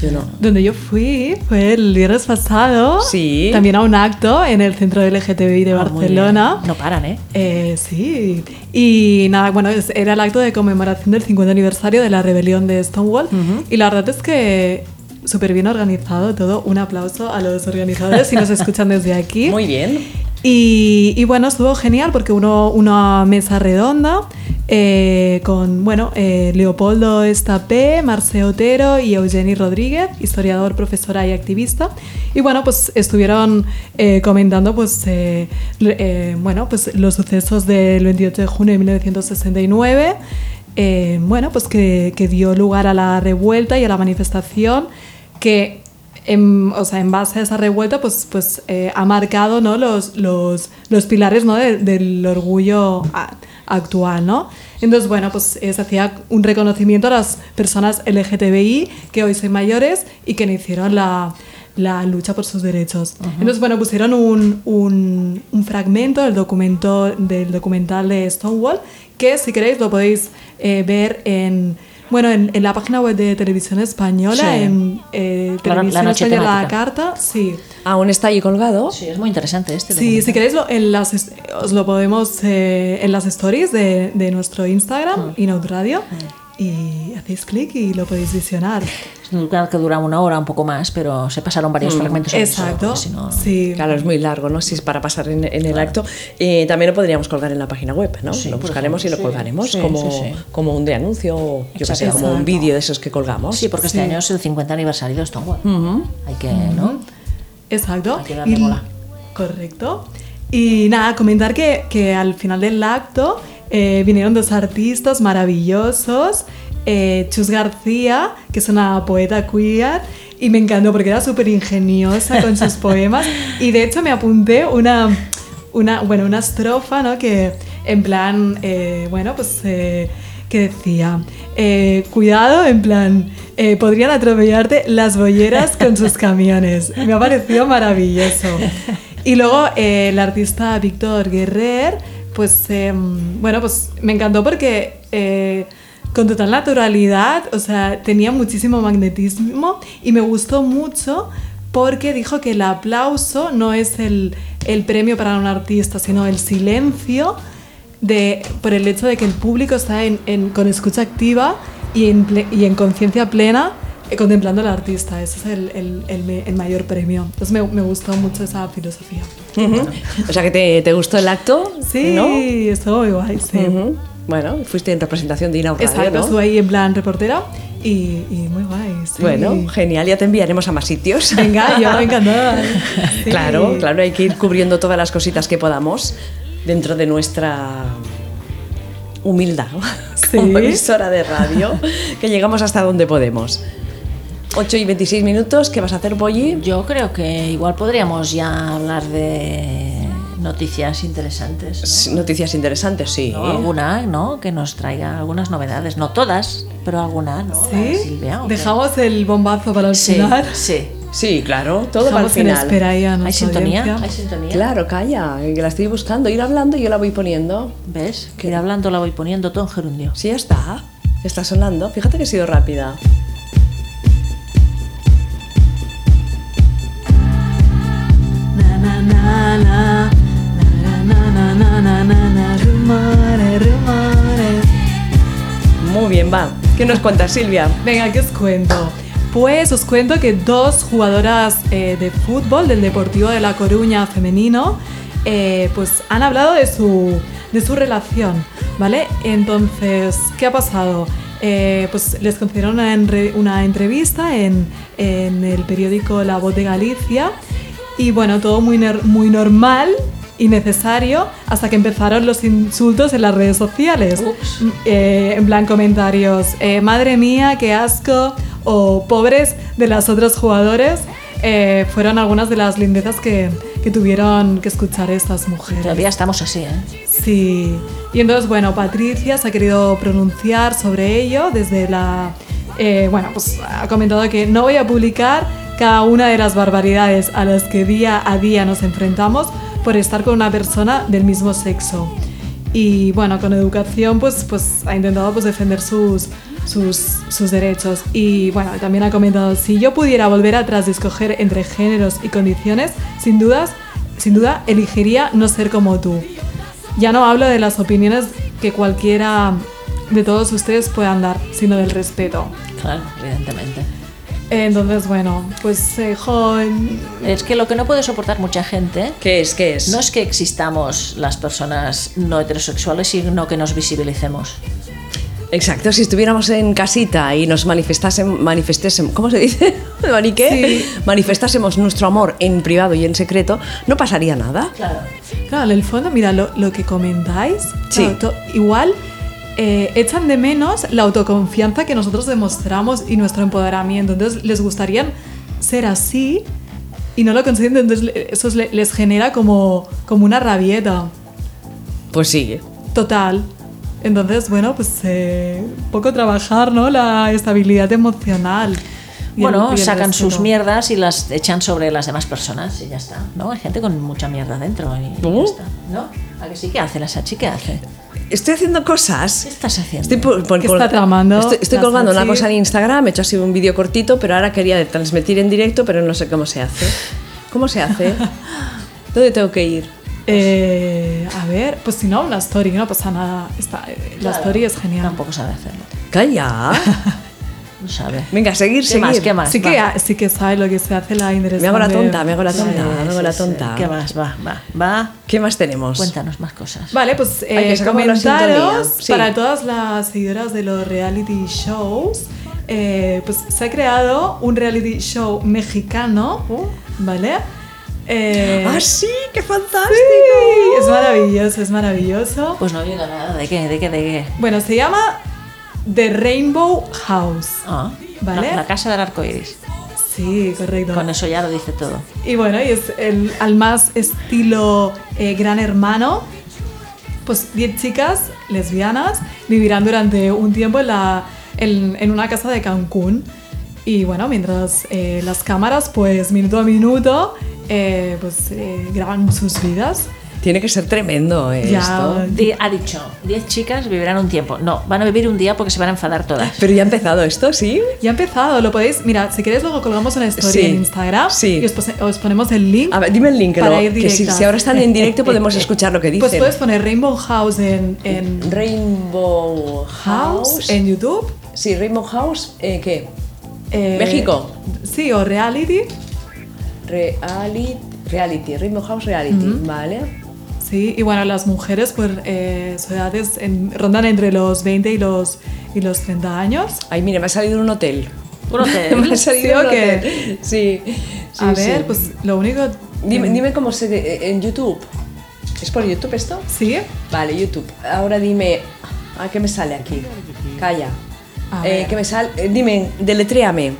Yo no.
Donde yo fui fue el viernes pasado.
Sí.
También a un acto en el centro LGTBI de
Ah, muy bien.
Barcelona.
No paran, ¿eh?
Eh, sí, y nada, bueno, es- era el acto de conmemoración del 50 aniversario de la rebelión de Stonewall y la verdad es que súper bien organizado todo, un aplauso a los organizadores si nos escuchan desde aquí.
Muy bien.
Y, y bueno, estuvo genial porque uno, una mesa redonda eh, con, bueno, eh, Leopoldo Estapé, Marce Otero y Eugeni Rodríguez, historiador, profesora y activista. Y bueno, pues estuvieron eh, comentando, pues, eh, re- eh, bueno, pues los sucesos del 28 de junio de 1969. eh, bueno, pues que, que dio lugar a la revuelta y a la manifestación que en, o sea, en base a esa revuelta, pues, pues eh, ha marcado ¿no? los, los, los pilares ¿no? de- del orgullo a- actual, ¿no? Entonces, bueno, pues eh, se hacía un reconocimiento a las personas LGTBI que hoy son mayores y que iniciaron la, la lucha por sus derechos. Entonces, bueno, pusieron un, un, un fragmento del, documento, del documental de Stonewall, que si queréis lo podéis eh, ver en... Bueno, en, en la página web de Televisión Española,
Sí.
en eh,
La- la
Televisión
noche
Española
temática.
Carta, sí.
¿Aún Ah, está ahí colgado?
Sí, es muy interesante este.
Sí,
documental.
si queréis, lo- en las, est- os lo podemos eh, en las stories de, de nuestro
Ah.
Instagram, Inout Radio, y hacéis clic y lo podéis visionar.
Es un lugar que dura una hora, un poco más, pero se pasaron varios fragmentos. sobre eso,
Mm, Exacto.
porque si no-
Sí.
Claro, es muy largo, ¿no? Si es para pasar en, en el acto. Eh, también lo podríamos colgar en la página web, ¿no?
Sí,
lo
por
buscaremos y lo
ejemplo, sí.
colgaremos
Sí,
como,
sí, sí.
como un de anuncio o yo qué sé,
Exacto.
como un vídeo de esos que colgamos.
Sí, porque este
Sí.
año es el 50 aniversario de Stonewall. Hay que, ¿no?
Exacto.
Hay que darle bola.
Correcto. Y nada, comentar que, que al final del acto eh, vinieron dos artistas maravillosos eh, Chus García, que es una poeta queer, y me encantó porque era súper ingeniosa con sus poemas. Y de hecho me apunté una, una, bueno, una estrofa, ¿no? Que en plan, eh, bueno, pues... eh, que decía, eh, cuidado, en plan, eh, podrían atropellarte las bolleras con sus camiones. Me ha parecido maravilloso. Y luego eh, el artista Víctor Guerrer, pues em, bueno, pues me encantó porque eh, con total naturalidad, o sea, tenía muchísimo magnetismo y me gustó mucho porque dijo que el aplauso no es el, el premio para un artista, sino el silencio de, por el hecho de que el público está en, en- con escucha activa y en, ple- y en conciencia plena eh, contemplando al artista. Ese es el, el- el me- el mayor premio. Entonces me, me gustó mucho esa filosofía.
Ujú. O sea que te, te gustó el acto,
Sí,
¿no?
estuvo muy guay, sí.
Ujú. Bueno, fuiste en representación de Inaud Radio,
Exacto,
¿no?
estuve ahí en plan reportera y, y muy guay. sí.
Bueno, genial, ya te enviaremos a más sitios.
Venga, yo encantada. Sí.
Claro, claro, hay que ir cubriendo todas las cositas que podamos dentro de nuestra humildad como
Sí.
emisora de radio, que llegamos hasta donde podemos. 8 y 26 minutos, ¿qué vas a hacer, Polly?
Yo creo que igual podríamos ya hablar de noticias interesantes. ¿no?
S- Noticias interesantes, sí.
¿No? Alguna, ¿no? Que nos traiga algunas novedades. No todas, pero alguna, ¿no?
¿Sí?
Silvia, ¿o qué?
Dejamos el bombazo para el
Sí,
final.
sí.
Sí, claro, todo para el
Dejamos en
final.
espera ahí a
¿Hay
nuestra
sintonía?
audiencia.
¿Hay sintonía?
Claro, calla, que la estoy buscando, ir hablando y yo la voy poniendo.
¿Ves? Que ir hablando la voy poniendo todo en gerundio.
Sí, ya está, está sonando. Fíjate que he sido rápida.
Na, na, na, na. Na, na, na, na, na, na, na. Rumores, rumores.
Muy bien, va. ¿Qué nos cuentas, Silvia?
Venga, ¿qué os cuento? Pues os cuento que dos jugadoras eh, de fútbol del Deportivo de La Coruña femenino eh, pues han hablado de su, de su relación, ¿vale? Entonces, ¿qué ha pasado? Eh, pues les concedieron una, enre- una entrevista en, en el periódico La Voz de Galicia y bueno, todo muy, ner- muy normal y necesario hasta que empezaron los insultos en las redes sociales. M- eh, en plan comentarios, eh, madre mía, qué asco, o pobres de las otros jugadores, eh, fueron algunas de las lindezas que, que tuvieron que escuchar estas mujeres.
Todavía estamos así, ¿eh?
Sí. Y entonces, bueno, Patricia se ha querido pronunciar sobre ello desde la... eh, bueno, pues ha comentado que no voy a publicar cada una de las barbaridades a las que día a día nos enfrentamos por estar con una persona del mismo sexo. Y bueno, con educación pues, pues ha intentado pues, defender sus, sus, sus derechos. Y bueno, también ha comentado, si yo pudiera volver atrás de escoger entre géneros y condiciones, sin, dudas, sin duda elegiría no ser como tú. Ya no hablo de las opiniones que cualquiera de todos ustedes puedan dar, sino del respeto.
Claro, evidentemente.
Entonces, bueno, pues, eh, jo,
Es que lo que no puede soportar mucha gente
¿Qué es? ¿Qué es?
no es que existamos las personas no heterosexuales, sino que nos visibilicemos.
Exacto, si estuviéramos en casita y nos manifestasen, manifestésemos, ¿cómo se dice? Maniqué.
Sí.
Manifestásemos nuestro amor en privado y en secreto, no pasaría nada.
Claro.
claro, en el fondo, mira, lo, lo que comentáis,
Sí.
claro, to- igual eh, echan de menos la autoconfianza que nosotros demostramos y nuestro empoderamiento. Entonces, les gustaría ser así y no lo consiguen, entonces le- eso le- les genera como, como una rabieta.
Pues sí.
Total. Entonces, bueno, pues eh, poco trabajar, ¿no? La estabilidad emocional. Y el- y
Bueno,
el
sacan
respeto.
sus mierdas y las echan sobre las demás personas y ya está. ¿No? Hay gente con mucha mierda dentro y
¿Mm?
ya está. ¿No? ¿A que sí que hace la Sachi? ¿Qué hace?
Estoy haciendo cosas.
¿Qué estás haciendo?
Este
Estoy, por- por-
¿Qué está tramando
Estoy, estoy
la
colgando una
Sachi?
cosa en Instagram, he hecho así un vídeo cortito, pero ahora quería transmitir en directo, pero no sé cómo se hace. ¿Cómo se hace? ¿Dónde tengo que ir?
Eh, a ver, pues si no, una story, no pasa nada. Está- eh, La
Claro.
story es genial.
Tampoco sabe hacerlo.
Calla.
No sabe.
Venga, seguir,
¿Qué
seguir.
más? ¿Qué más?
Sí que,
Va.
sí que sabe lo que se hace la interesante.
Me hago la tonta, me hago la tonta,
Sí,
me hago
sí,
la
sí.
tonta.
¿Qué más? Va, va, va.
¿Qué más tenemos?
Cuéntanos más cosas.
Vale, pues
Hay que
eh,
sacar la sintonía,
comentaros
sí.
para todas las seguidoras de los reality shows. eh, pues se ha creado un reality show mexicano, ¿vale? Eh,
Uh. ¡Ah, sí! ¡Qué fantástico!
Sí, es maravilloso, es maravilloso.
Pues no he oído nada. ¿De qué? ¿De qué? ¿De qué?
Bueno, se llama The Rainbow House.
Ah,
¿Vale?
La, la casa del arco iris.
Sí, correcto.
Con eso ya lo dice todo.
Y bueno, y es el, al más estilo eh, gran hermano, pues 10 chicas lesbianas vivirán durante un tiempo en, la, en, en una casa de Cancún. Y bueno, mientras eh, las cámaras, pues minuto a minuto, eh, pues eh, graban sus vidas.
Tiene que ser tremendo eh,
Ya.
esto.
Di- ha dicho, 10 chicas vivirán un tiempo. No, van a vivir un día porque se van a enfadar todas.
Pero ya ha empezado esto, ¿sí?
Ya ha empezado, lo podéis, mira, si queréis luego colgamos una historia
Sí,
en Instagram
sí.
y os, pose- os ponemos el link.
A ver, dime el link, que,
Para
lo-
ir
que si,
directas.
si ahora están en directo podemos escuchar lo que dicen.
pues puedes poner Rainbow House en, en
Rainbow
House, en YouTube.
Sí, Rainbow House, eh, ¿qué?
Eh,
México.
Sí, o reality.
Reality, reality, Rainbow House Reality, ¿vale?
Sí, y bueno, las mujeres, pues eh, su edad es en- rondan entre los 20 y los, y los 30 años.
Ay, mira, me ha salido un hotel.
Un hotel.
me ha salido
¿Sí
un
o qué?
hotel. Sí. sí,
a
sí.
ver, pues mm. lo único.
Dime, dime cómo se... de- en YouTube. ¿Es por YouTube esto?
Sí,
Vale, YouTube. Ahora dime... Ah, ¿qué me sale aquí? Calla.
A
Eh,
ver.
¿Qué me sale? Eh, dime, deletréame.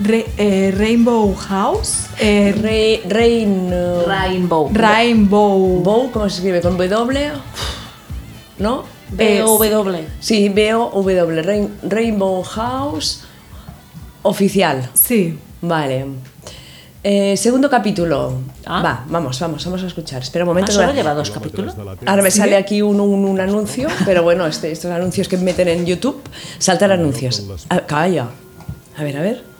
Re- eh, Rainbow House. eh,
Re, rein...
Rainbow.
Rainbow.
Bow, ¿cómo se escribe? ¿Con W? ¿No?
Eh,
BW.
Sí, veo W. Rain- Rainbow House oficial.
Sí.
Vale. Eh, segundo capítulo.
Ah.
Va, vamos, vamos, vamos a escuchar. Espera un
¿Ah,
momento.
solo
que-
lleva dos capítulos?
Ahora me sale aquí un, un- un anuncio, pero bueno, este- estos anuncios que meten en YouTube, saltar anuncios. Ah, calla. A ver, a ver.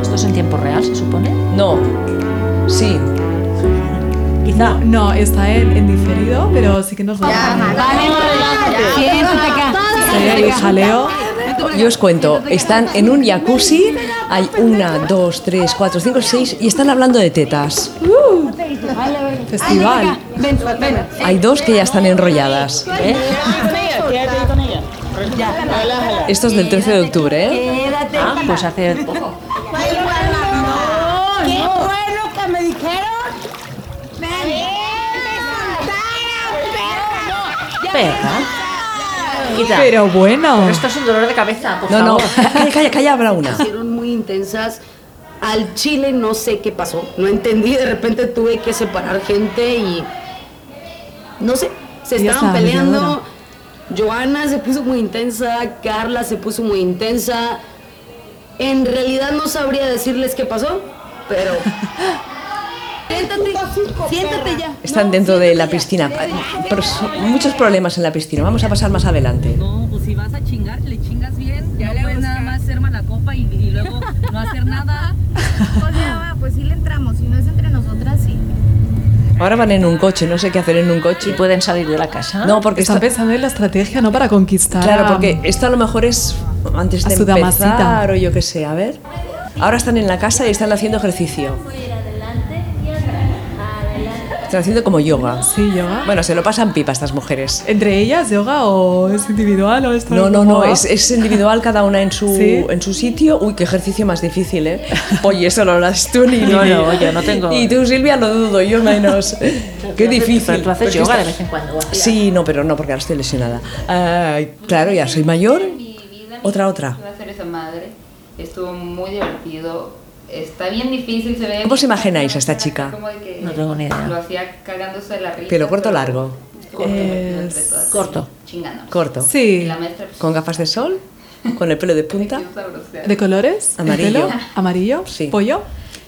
Esto es en tiempo real, se supone.
No. Sí.
Quizá.
No, está en, en diferido, pero sí que nos va a Sí, y jaleo.
Yo os cuento, están en un jacuzzi, hay una, dos, tres, cuatro, cinco, seis, y están hablando de tetas.
Festival.
Hay dos que ya están enrolladas. ¿eh? Esto es del 13 de octubre, ¿eh?
Ah, pues hace poco.
¡Qué bueno que me dijeron! ¡Me
Perra. Quizá.
Pero bueno.
Esto es un dolor de cabeza, por
No, no,
favor.
calla, calla, calla, habrá una.
fueron muy intensas. Al Chile no sé qué pasó, no entendí, de repente tuve que separar gente y no sé, se
Ella
estaban
estaba
peleando.
llorando.
Joana se puso muy intensa, Carla se puso muy intensa. En realidad no sabría decirles qué pasó, pero siéntate, siéntate ya.
Están dentro de la piscina. Pero son muchos problemas en la piscina. Vamos a pasar más adelante.
No, pues si vas a chingar, le chingas bien. Ya le puedes nada más ser mala copa y, y luego no hacer nada.
pues sí le entramos, si no es entre nosotras, sí.
Ahora van en un coche, no sé qué hacer en un
Y
coche.
pueden salir de la casa.
No, porque
¿Ah? Están
esto-
pensando en la estrategia, ¿no? Para conquistar.
claro,
a-
porque esto a lo mejor es antes
A
de
su damasita.
empezar o yo qué sé, a ver. Ahora están en la casa y están haciendo ejercicio. Están haciendo como yoga.
Sí, yoga.
Bueno, se lo pasan pipa estas mujeres.
¿Entre ellas yoga o es individual o esto?
No, no,
cómo
no,
va?
es, es individual cada una en su,
Sí.
en su sitio. Uy, qué ejercicio más difícil, ¿eh? Oye, eso no lo haces tú ni
No,
ni-
no, yo no tengo-
Y tú, Silvia, lo dudo, yo menos. qué difícil.
Pero tú haces
Porque
yoga
está-
de vez en cuando. ¿eh?
Sí, no, pero no, porque ahora estoy lesionada. Ay, claro, ya soy mayor. Otra, otra.
Va a ser esa madre. Estuvo muy divertido. Está bien difícil, se ve.
¿Cómo os imagináis a esta chica?
Como de que
No tengo ni idea.
Lo hacía cagándose de la risa.
Pelo corto o
pero-
largo.
Corto.
Eh,
entre todas,
corto.
Chingándonos.
Corto.
Y
Sí.
la maestra. pues,
Con gafas de sol, con el pelo de punta,
quiso sabrosear.
¿De colores? ¿El
Amarillo.
pelo? ¿Amarillo?
Sí.
¿Pollo?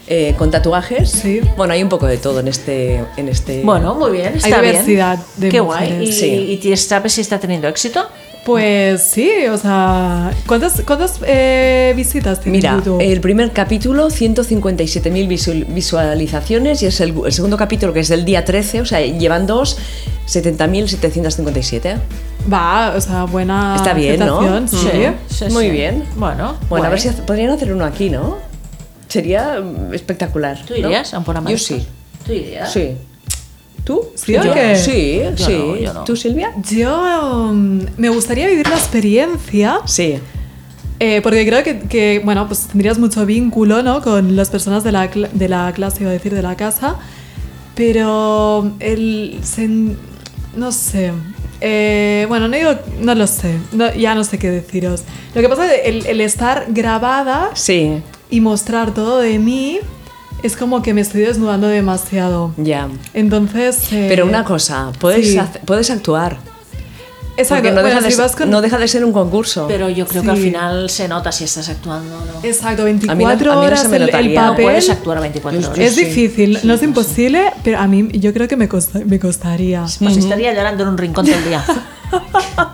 eh, con tatuajes.
Sí.
Bueno, hay un poco de todo en este. En este...
Bueno, muy bien, está
diversidad
bien.
de
Qué guay. ¿Y,
mujeres.
Sí.
y sabes si está teniendo éxito?
Pues sí, o sea... ¿Cuántas, cuántas eh, visitas tiene
Mira, eh,
YouTube?
el primer capítulo, 157.000 visu- visualizaciones y es el, el segundo capítulo que es del día 13, o sea, llevan dos, 70.757.
Va, o sea, buena
Está bien, ¿no?
Ah,
Mm.
aceptación, Sí.
Muy bien.
Bueno,
Bueno, a ver si
guay.
hace- podrían hacer uno aquí, ¿no? Sería mm, espectacular.
¿Tú
¿no?
irías a un programa
Yo
de
sí, ¿Ah?
estos? ¿Tú irías?
sí. ¿Tú?
¿Sí o
Yo-
qué?
Sí,
Yo
sí.
no, yo no.
¿Tú, Silvia?
Yo mm, me gustaría vivir la experiencia
Sí.
Eh, porque creo que, que, bueno, pues tendrías mucho vínculo, ¿no? Con las personas de la, cl- de la clase, iba a decir, de la casa. Pero el... sen- no sé. Eh, bueno, no digo, no lo sé, no- ya no sé qué deciros. Lo que pasa es que el, el estar grabada
Sí,
y mostrar todo de mí es como que me estoy desnudando demasiado.
ya.
Entonces... eh,
Pero una cosa, puedes,
sí.
hac- puedes actuar.
Exacto,
Porque no,
bueno,
deja de
si
ser,
vas con-
no deja de ser un concurso.
Pero yo creo que al
Sí.
final se nota si estás actuando o no.
Exacto,
A mí no- a mí
24
no se
horas
me
el, el
notaría.
papel.
No puedes
actuar 24 horas.
Es
Yo sí.
difícil, no es imposible, pero a mí yo creo que me, costa- me costaría.
Pues estaría llorando en un rincón todo el día.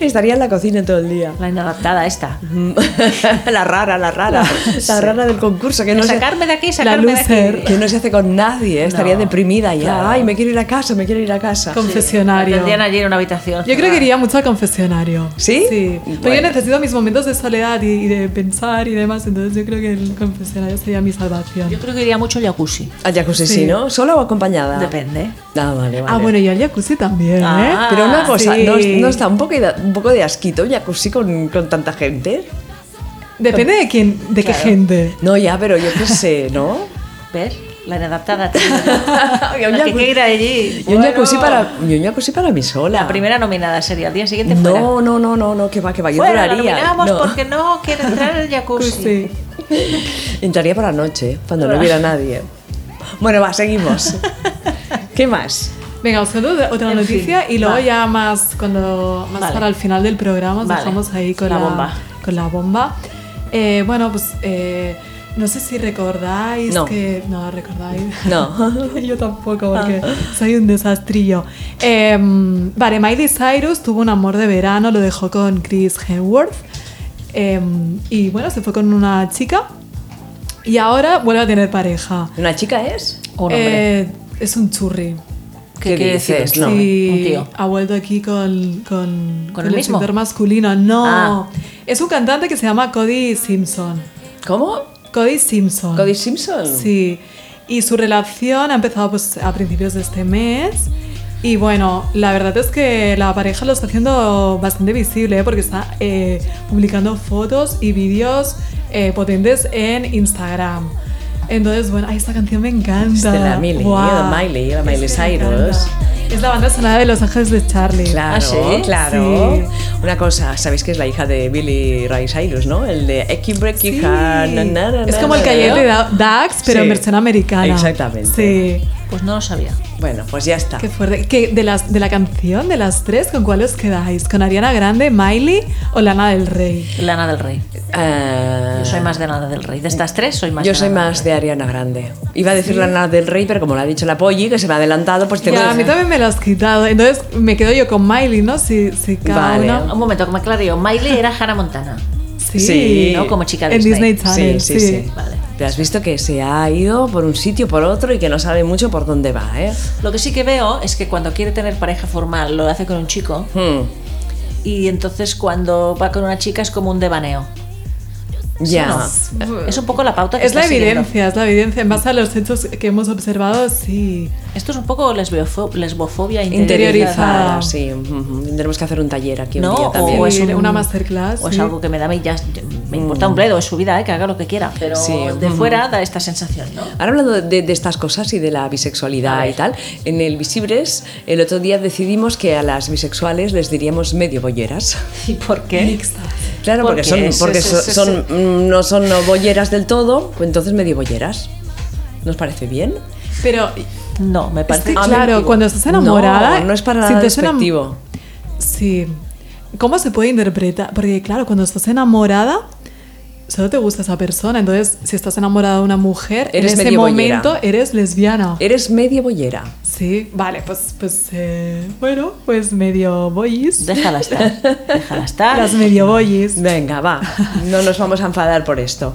Estaría en la cocina todo el día.
La inadaptada esta.
la rara, la rara. La rara del concurso. Que no se-
sacarme de aquí, sacarme de aquí.
Que no se hace con nadie. ¿eh? Estaría deprimida ya.
claro.
Ay, me quiero ir a casa, me quiero ir a casa.
Confesionario.
Tendrían allí en una habitación.
Yo creo que iría mucho al confesionario.
¿Sí?
Sí. Porque yo necesito mis momentos de soledad y, y de pensar y demás, entonces yo creo que el confesionario sería mi salvación.
Yo creo que iría mucho al jacuzzi.
Al jacuzzi, sí,
Sí.
¿no? ¿Solo o acompañada?
Depende.
Ah, vale, vale.
Ah, bueno, y al jacuzzi también,
Ah,
¿eh?
Pero una cosa,
Sí.
¿no, no está un poco, de- un poco de asquito un jacuzzi con, con tanta gente?
Depende de quién, de qué
Claro.
gente.
No, ya, pero yo qué sé, ¿no?
¿Ves? La inadaptada. tío.
Yo un
La que
jacuzzi-
quiere ir allí.
yo un jacuzzi para, yo un jacuzzi para mí sola.
La primera nominada sería el día siguiente fuera.
No, no, no, no, no, que va, que va, yo
Fuera, la
duraría.
nominamos
no.
porque no quiere entrar al jacuzzi.
Entraría por la noche, ¿eh? cuando no
Ah.
hubiera nadie. Bueno, va, seguimos. ¿Qué más?
Venga, os cuento otra
En fin,
noticia y luego
va.
ya más cuando más
Vale.
para el final del programa os
Vale.
dejamos ahí con
La
la,
bomba.
Con la bomba. Eh, bueno, pues eh, no sé si recordáis
No.
que no recordáis.
No.
Yo tampoco, porque
Ah.
soy un desastrillo. Em, vale, Miley Cyrus tuvo un amor de verano, lo dejó con Chris Hemsworth. Em, y bueno, se fue con una chica y ahora vuelve a tener pareja.
¿Una chica es?
O un hombre.
Eh, es un churri.
¿Qué quiere decir
dices?
esto?
No.
Sí,
Un tío.
Ha vuelto aquí con, con,
¿Con el mismo?
sector masculino. No.
Ah.
Es un cantante que se llama Cody Simpson.
¿Cómo?
Cody Simpson.
¿Cody Simpson?
Sí. Y su relación ha empezado pues, a principios de este mes. Y bueno, la verdad es que la pareja lo está haciendo bastante visible ¿eh? porque está eh, publicando fotos y vídeos eh, potentes en Instagram. Entonces, bueno, ay, esta canción me encanta.
Es de la Miley, ¿eh?
Guau.
de Miley, de Miley
Es que me
Cyrus.
encanta. Es la banda sonora de Los Ángeles de Charlie.
Claro,
¿Ah, sí?
claro.
Sí.
Una cosa, sabéis que es la hija de Billy Ray Cyrus, ¿no? El de Eki Breki
Sí.
Ha, na, na, na,
es
na,
como el
na,
Cayenne
na.
de Da- Dax, pero
Sí.
en versión americana.
Exactamente.
Sí.
Pues no lo sabía.
Bueno, pues ya está.
Qué fuerte. Que de, las, de la canción, de las tres, ¿con cuál os quedáis? ¿Con Ariana Grande, Miley o Lana del Rey?
Lana del Rey.
Ah,
Yo soy más de Lana del Rey. De estas tres, soy más
yo
de
soy
Lana del
más de Ariana Grande. Iba a decir la nada del rey, pero como lo ha dicho la Polly, que se me ha adelantado, pues tengo
Ya, a mí
que...
también me lo has quitado. Entonces me quedo yo con Miley, ¿no? Si, si cada
Vale.
una.
Rey. Un momento, que me aclare yo. Miley era Hannah Montana.
Sí.
Sí.
¿No? Como chica de
En Disney
Sí,
Channel.
sí, sí,
Vale.
Te has visto que se ha ido por un sitio, por otro y que no sabe mucho por dónde va, ¿eh?
Lo que sí que veo es que cuando quiere tener pareja formal lo hace con un chico
Hmm,
y entonces cuando va con una chica es como un devaneo.
ya.
Es un poco la pauta que
Es la
está siguiendo.
evidencia, es la evidencia. En base a los hechos que hemos observado, sí.
Esto es un poco lesbiofo- lesbofobia
Interiorizada.
interiorizada.
Ah, sí, ujú. tendremos que hacer un taller aquí
No,
un
pues-
día también.
o es
Sí,
un-
una masterclass.
O es
sí. Mm.
algo que me da a mí ya, me importa un bledo, es su vida, eh, que haga lo que quiera. Pero
Sí.
de fuera da esta sensación, ¿no?
Ahora hablando de, de estas cosas y de la bisexualidad y tal, en el Visibres el otro día decidimos que a las bisexuales les diríamos medio bolleras.
¿Y por qué?
Claro, porque,
Porque
son,
es-
porque
es-
so-
es-
son,
es-
mm, no son no bolleras del todo, pues entonces medio bolleras. ¿Nos parece bien? Ah,
Pero
No, me
es que,
parece.
claro, cuando estás enamorada.
No, no es para
si
nada
te suena-
despectivo.
Sí. ¿Cómo se puede interpretar? Porque claro, cuando estás enamorada, solo te gusta esa persona. Entonces, si estás enamorada de una mujer,
Eres
en ese
medio Eh.
momento
boyera.
eres lesbiana.
Eres medio bollera.
sí, vale, pues, pues eh, bueno, pues medio boys.
Déjala estar. Déjala estar.
Las medio boys.
Venga, va, no nos vamos a enfadar por esto.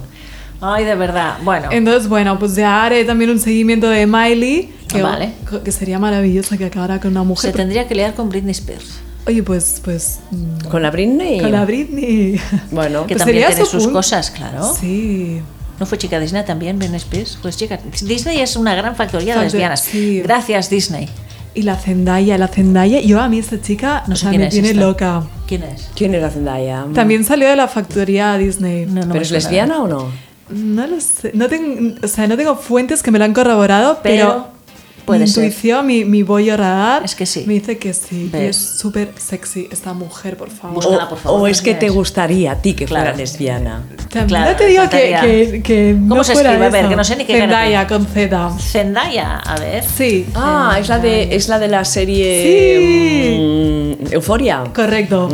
Ay, de verdad. Bueno,
Entonces, bueno, pues ya haré también un seguimiento de Miley, que,
Vale.
que sería maravillosa que acabara con una
se
mujer.
tendría que liar con Britney Spears.
Oye, pues, pues, mm,
Con la Britney.
con la Britney.
Bueno,
Que
Pues
también
sería
tiene
su
sus
punto.
cosas, claro.
Sí.
¿No fue chica Disney también, Britney Spears? Pues chica, Disney es una gran factoría de
Factor-
lesbianas.
sí.
Gracias, Disney.
Y la Zendaya, la Zendaya. Yo a mí esta chica
No
no
sé quién
me
es
tiene
esta.
loca.
¿Quién es?
¿quién era Zendaya?
También salió de la factoría Disney.
No, no me
¿Pero es
suena.
lesbiana o no?
No lo sé. No, ten- o sea, no tengo fuentes que me lo han corroborado, pero,
Pero- Puede
mi
ser.
intuición, mi, mi bollo radar,
Es que sí.
me dice que sí. Y
¿Ves?
es súper sexy esta mujer, por favor.
o, o es que te gustaría a ti que fuera lesbiana.
También
Claro,
te digo que,
faltaría.
que, que
¿Cómo
no
se
fuera
escribe? A ver,
eso.
que no sé ni qué
Zendaya,
cara
con Z.
Zendaya, a ver.
Sí.
Ah, es la de, es la, de la serie mm, Euforia.
Ah, Correcto.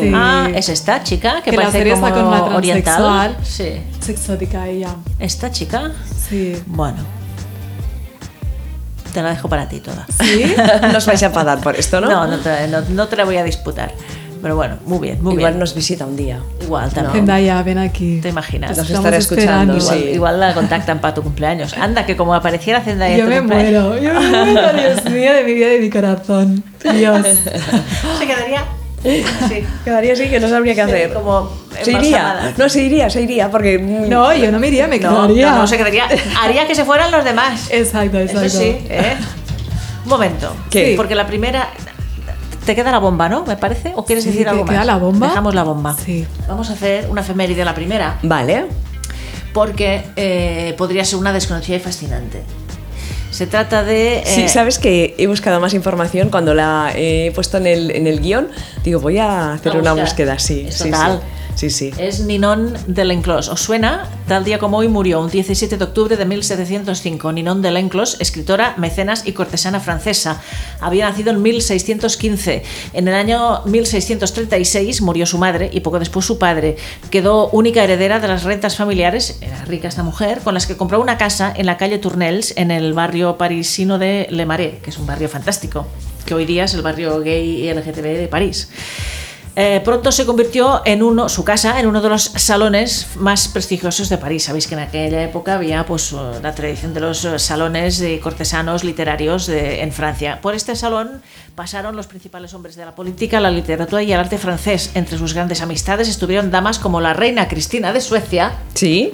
Sí.
Ah, es esta chica que,
Que la
parece
serie
como
está con una
oriental.
transexual.
Sí.
Es exótica ella.
¿Esta chica?
Sí.
Bueno. Te la dejo para ti toda.
¿Sí?
Nos vais a pagar por esto, ¿no?
No, no te, no- no te la voy a disputar. Pero bueno, muy bien, muy
Igual
bien.
nos visita un día.
Igual también.
Zendaya, ven aquí.
Te imaginas.
Nos estará escuchando,
Igual,
sí.
igual la contactan para tu cumpleaños. Anda, que como apareciera Zendaya en
Yo
tu
me
cumpleaños.
muero, yo me muero, Dios mío, de mi vida y de mi corazón. Dios.
Se quedaría. Sí.
Quedaría así que no sabría qué hacer.
Como
se iría.
embalsamada.
No, se iría, se iría, porque. mm,
No, yo no me iría, me
No,
quedaría.
no, no se quedaría. Haría que se fueran los demás.
Exacto, exacto.
Eso sí, ¿eh? Un momento.
¿Qué?
Porque la primera. Te queda la bomba, ¿no? ¿Me parece? ¿O quieres
Sí,
decir
¿te
algo
queda
más?
la bomba?
Dejamos la bomba.
Sí.
Vamos a hacer una efeméride la primera,
Vale.
porque eh, podría ser una desconocida y fascinante. Se trata de.
Sí,
eh,
sabes que he buscado más información cuando la he puesto en el, en el guión. Digo, voy a hacer
A
una
buscar.
búsqueda, sí.
Es
sí,
total. Eh,
sí. Sí, sí.
Es Ninon de Lenclos. ¿Os suena? Tal día como hoy murió, un 17 de octubre de 1705, Ninon de Lenclos, escritora, mecenas y cortesana francesa. Había nacido en 1615. En el año 1636 murió su madre y poco después su padre. Quedó única heredera de las rentas familiares, era rica esta mujer, con las que compró una casa en la calle Tournelles, en el barrio parisino de Le Marais, que es un barrio fantástico, que hoy día es el barrio gay y LGTB de París. Eh, pronto se convirtió en uno, su casa en uno de los salones más prestigiosos de París. Sabéis que en aquella época había pues, eh, la tradición de los eh, salones de cortesanos literarios de- en Francia. Por este salón pasaron los principales hombres de la política, la literatura y el arte francés. Entre sus grandes amistades estuvieron damas como la reina Cristina de Suecia,
Sí,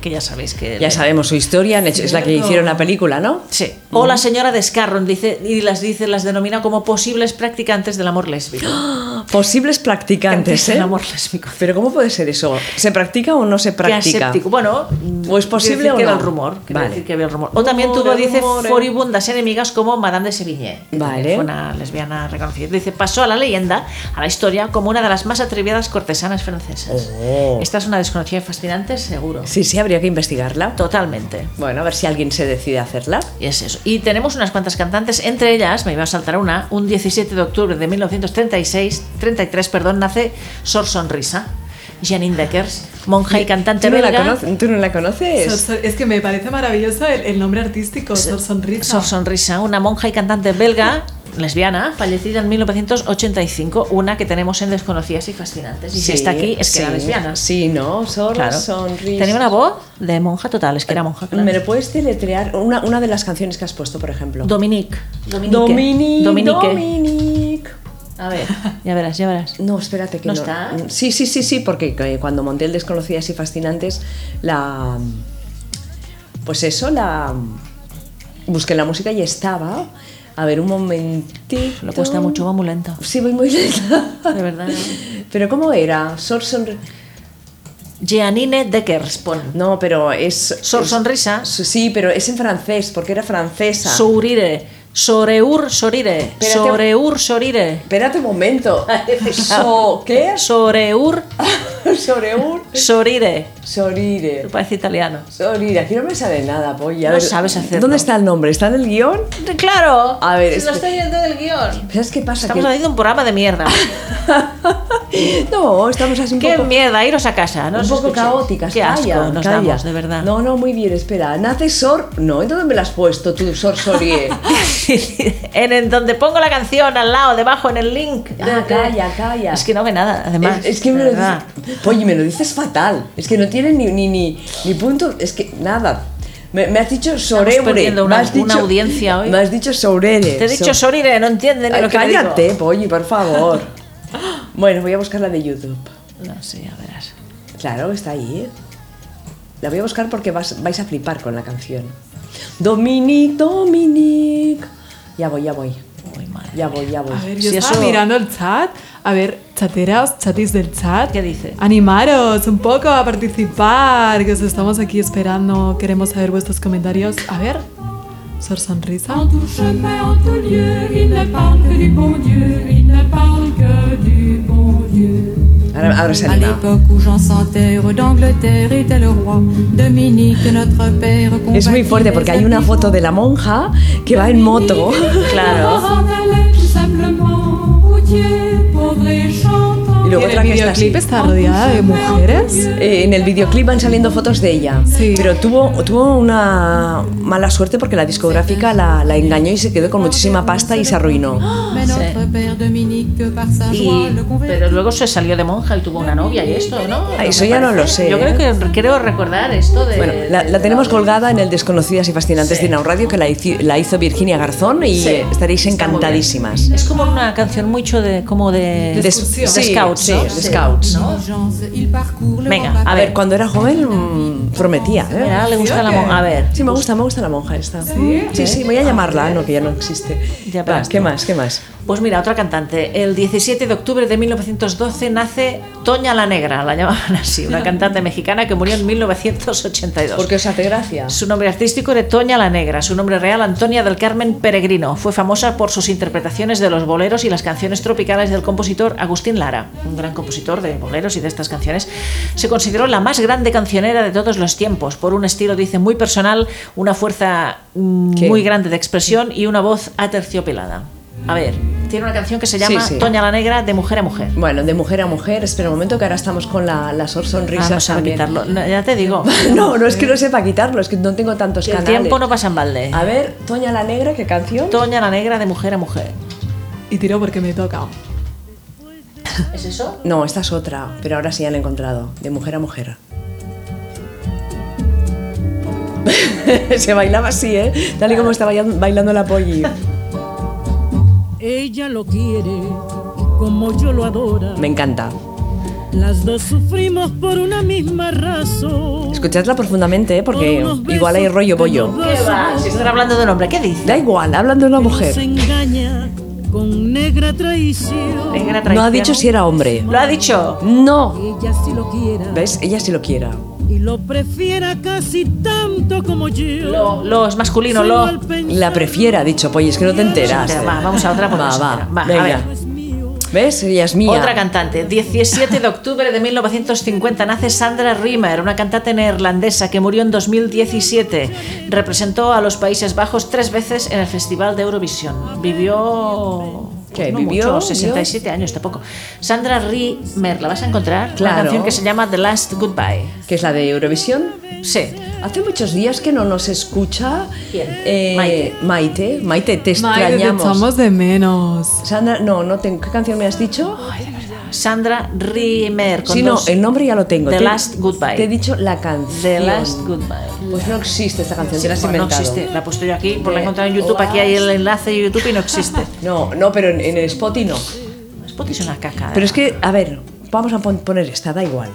que ya sabéis que...
ya sabemos su historia, han hecho- es la que
Cierto.
hicieron la película, ¿no?
eh, Sí. O la señora de Scarron dice, y las dice, las denomina como posibles practicantes del amor lésbico.
Ah, Posibles practicantes, ¿eh?
Del amor lésbico.
Pero ¿cómo puede ser eso? ¿Se practica o no se
que
practica?
aséptico. Bueno,
¿O es
quiere
posible
decir
o
que era
no?
el rumor. quiere
Vale.
decir que había el rumor. O también
Rumores,
tuvo, dice,
rumores.
furibundas enemigas como Madame de Sevigné. que
Vale.
también Fue una lesbiana reconocida. Dice, pasó a la leyenda, a la historia, como una de las más atrevidas cortesanas francesas.
Oh.
Esta es una desconocida fascinante, seguro.
Sí, sí, habría que investigarla.
Totalmente.
Bueno, a ver si alguien se decide a hacerla.
Y es eso. Y tenemos unas cuantas cantantes, entre ellas, me iba a saltar una, un 17 de octubre de 1936, 33, perdón, nace Sor Sonrisa, Janine Deckers, monja y cantante
¿Tú no, la
belga.
conoces? ¿Tú no la
Sor
conoces?
Sor- es que me parece maravilloso el, el nombre artístico, Sor Sonrisa.
Sor Sonrisa, una monja y cantante belga, lesbiana, fallecida en 1985, una que tenemos en Desconocidas y Fascinantes. Y si está aquí, es que era
sí,
lesbiana.
Sí, no, solo
Claro.
sonrisa.
Tenía una voz de monja total, es que era monja. claro.
¿Me lo puedes deletrear? Una, una de las canciones que has puesto, por ejemplo.
Dominique. Dominique.
Dominique.
Dominique.
Dominique.
A ver, ya verás, ya verás.
No, espérate que no.
¿No está?
Sí, sí, sí, sí, porque eh, cuando monté el Desconocidas y Fascinantes, la. Pues eso, la. Busqué la música y estaba. A ver, un momentito.
Le cuesta mucho, va muy lento.
Sí, voy muy lenta.
De verdad.
Pero ¿cómo era? Sor Sonri-
Jeanine Deckers, pon.
No, pero es.
Sor
es-
Sonrisa.
Sí, pero es en francés, porque era francesa.
Sourire. Soreur Sorire.
Espérate.
Soreur Sorire.
Espérate un momento. So, ¿Qué?
Soreur
Sobre un.
Sorire.
Sorire.
Parece italiano.
Sorire. Aquí no me sale nada, polla. A
No sabes hacerlo.
¿Dónde está el nombre? ¿Está en el guión?
Claro.
A ver,
si
es
lo
que-
estoy viendo del guión.
¿Sabes qué pasa?
Estamos haciendo un programa de mierda.
Que- No, estamos así un
Qué
poco.
mierda, iros a casa. No
un
os
poco
escuchéis.
caóticas,
Qué asco
calla,
nos
calla.
damos, de verdad.
No, no, muy bien, espera. Nace Sor. No, ¿en dónde me la has puesto tú, Sor Sorie?
en, en donde pongo la canción al lado, debajo, en el link.
Ah, calla, calla.
Es que no ve nada, además.
Es, es que
de
me lo,
verdad.
dices, oye, me lo dices fatal. Es que no tiene ni, ni, ni, ni punto. Es que nada. Me, me has dicho soreure.
perdiendo una-
me has dicho-
una audiencia hoy.
Me has dicho sourere.
Te he dicho
So-
sorry, no entienden ni
Ay,
lo que te digo.
cállate, Polly, por favor. bueno, voy a buscar la de YouTube.
No sé, ya verás.
Claro, está ahí. ¿eh? La voy a buscar porque vas- vais a flipar con la canción. Dominic, Dominic. Ya voy, ya voy.
Uy, madre.
Ya voy, ya voy.
A ver, yo
Si
estaba
eso-
mirando el chat. A ver, chateras, chatis del chat.
¿Qué dice?
Animaros un poco a participar, que os estamos aquí esperando. Queremos saber vuestros comentarios. A ver, Sor Sonrisa.
En tout chemin, en tout lieu, il ne parle que du bon Dieu, il ne parle que du bon Dieu.
Ahora- ahora se
à
anima.
l'époque où Jean sans terre d'Angleterre était le roi, Dominique notre père
Es muy fuerte porque hay una foto de la monja que va en moto. Y luego otra que está así. Eh, en el videoclip van saliendo fotos de ella. Pero tuvo, tuvo una mala suerte porque la discográfica la, la engañó y se quedó con muchísima pasta y se arruinó.
Mais notre père Dominique que par sa joie
Y-
le convertit.
pero luego se salió de monja y tuvo una novia y esto, ¿no?
Ah, Eso ya no lo sé.
Yo
¿eh?
creo que creo recordar esto de.
Bueno, la, la tenemos colgada en el Desconocidas y Fascinantes de Dinau Radio que la hizo, la hizo Virginia Garzón y
Sí.
eh, estaréis encantadísimas.
Es como una canción mucho de como de,
De
de
excursión.
de
Sí,
scouts,
sí,
¿no?
de scouts.
¿no?
Venga, a ver, cuando era joven mm, prometía. ¿eh?
Mira, le gusta la monja. A ver.
Sí, me gusta, me gusta la monja esta.
¿Sí?
sí, sí, voy a llamarla, no, que ya no existe. Va,
verás
¿Qué más? ¿Qué más?
Pues mira, otra cantante. El 17 de octubre de 1912 nace Toña la Negra, la llamaban así, una cantante mexicana que murió en 1982.
¿Por qué os hace gracia?
Su nombre artístico era Toña la Negra, su nombre real Antonia del Carmen Peregrino. Fue famosa por sus interpretaciones de los boleros y las canciones tropicales del compositor Agustín Lara, un gran compositor de boleros y de estas canciones. Se consideró la más grande cancionera de todos los tiempos, por un estilo, dice, muy personal, una fuerza mm,
¿Qué?
muy grande de expresión y una voz aterciopelada. A ver, tiene una canción que se llama
Sí, sí.
Toña la Negra de mujer a mujer.
Bueno, de mujer a mujer, espera un momento que ahora estamos con la, la sor sonrisa.
Vamos a quitarlo. No, eh, ya te digo.
No, no es que no sepa quitarlo, es que no tengo tantos
Que el
canales. Ah.
tiempo no pasa en balde.
A ver, Toña la Negra, ¿qué canción?
Toña la Negra de mujer a mujer.
Y tiro porque me toca.
¿Es eso?
No, esta es otra, pero ahora sí ya la he encontrado. De mujer a mujer. Se bailaba así, ¿eh? Tal y como estaba ya- bailando la Polly.
Ella lo quiere como yo lo adora.
Me encanta.
Las dos sufrimos por una misma razón.
Escuchadla profundamente, ¿eh? Porque igual hay rollo bollo.
¿Qué va? Si están
hablando de un hombre, ¿qué dice?
Da igual, hablan de una mujer.
Se engaña con negra traición.
No ha dicho si era hombre.
Lo ha dicho.
No.
Ella si lo quiera
¿Ves? Ella sí lo quiera.
y lo prefiera casi tanto como yo.
Lo, lo es masculino, lo.
La prefiera, ha dicho Polly, es que no te enteras.
Se entera, va, vamos a otra porque
Va,
no se
va,
entera. Va, a
venga.
ver.
¿Ves? Ella es mía.
Otra cantante. 17 de octubre de 1950 nace Sandra Riemer, una cantante neerlandesa que murió en 2017. Representó a los Países Bajos tres veces en el Festival de Eurovisión. Vivió... pues,
¿Qué,
no
vivió?
mucho, 67 años, tampoco. Sandra Riemer, ¿la vas a encontrar?
Claro.
Una canción que se llama The Last Goodbye.
que es la de Eurovisión.
Sí.
Hace muchos días que no nos escucha
¿Quién?
eh, Maite. Maite. te
Maite, te
extrañamos.
echamos de menos.
Sandra, no, no tengo. ¿Qué canción me has dicho?
Sandra Riemer. con
Sí, no,
dos-
el nombre ya lo tengo.
The
Te-
Last Goodbye.
Te he dicho la canción.
The Last Goodbye.
Pues no existe esta canción,
Sí,
te la has
bueno, no
inventado.
existe. La he puesto yo aquí, por la he
The
encontrado en YouTube. Aquí hay el enlace de YouTube y no existe.
No, no, pero en, en el Spotify no.
Spotify es una caca.
Pero es que, a ver, vamos a pon- poner esta, da igual.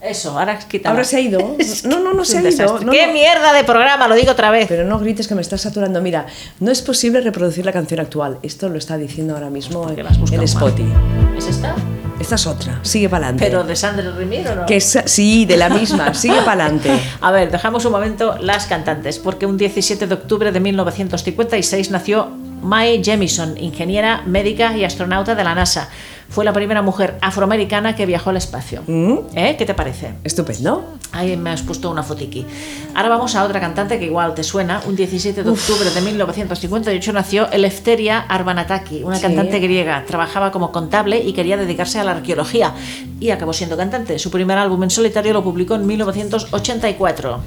Eso, ahora quita.
Ahora se ha ido. No, no, no
Es
se
un
ha ido.
desastre. ¡Qué mierda de programa! Lo digo otra vez.
Pero no grites que me estás saturando. Mira, no es posible reproducir la canción actual. Esto lo está diciendo ahora mismo en, en Spotify.
¿Es esta?
Esta es otra. Sigue para adelante.
Pero de Sandra Rimiro, ¿no?
Que es- sí, de la misma. Sigue para adelante.
A ver, dejamos un momento las cantantes, porque un 17 de octubre de 1956 nació Mae Jemison, ingeniera, médica y astronauta de la NASA. Fue la primera mujer afroamericana que viajó al espacio. ¿Eh? ¿Qué te parece?
¿Mm? Estupendo.
Ahí me has puesto una fotiqui. Ahora vamos a otra cantante que igual te suena. Un 17 de octubre de 1958 nació Eleftheria Arbanataki, una
Sí.
cantante griega. Trabajaba como contable y quería dedicarse a la arqueología. Y acabó siendo cantante. Su primer álbum en solitario lo publicó en 1984.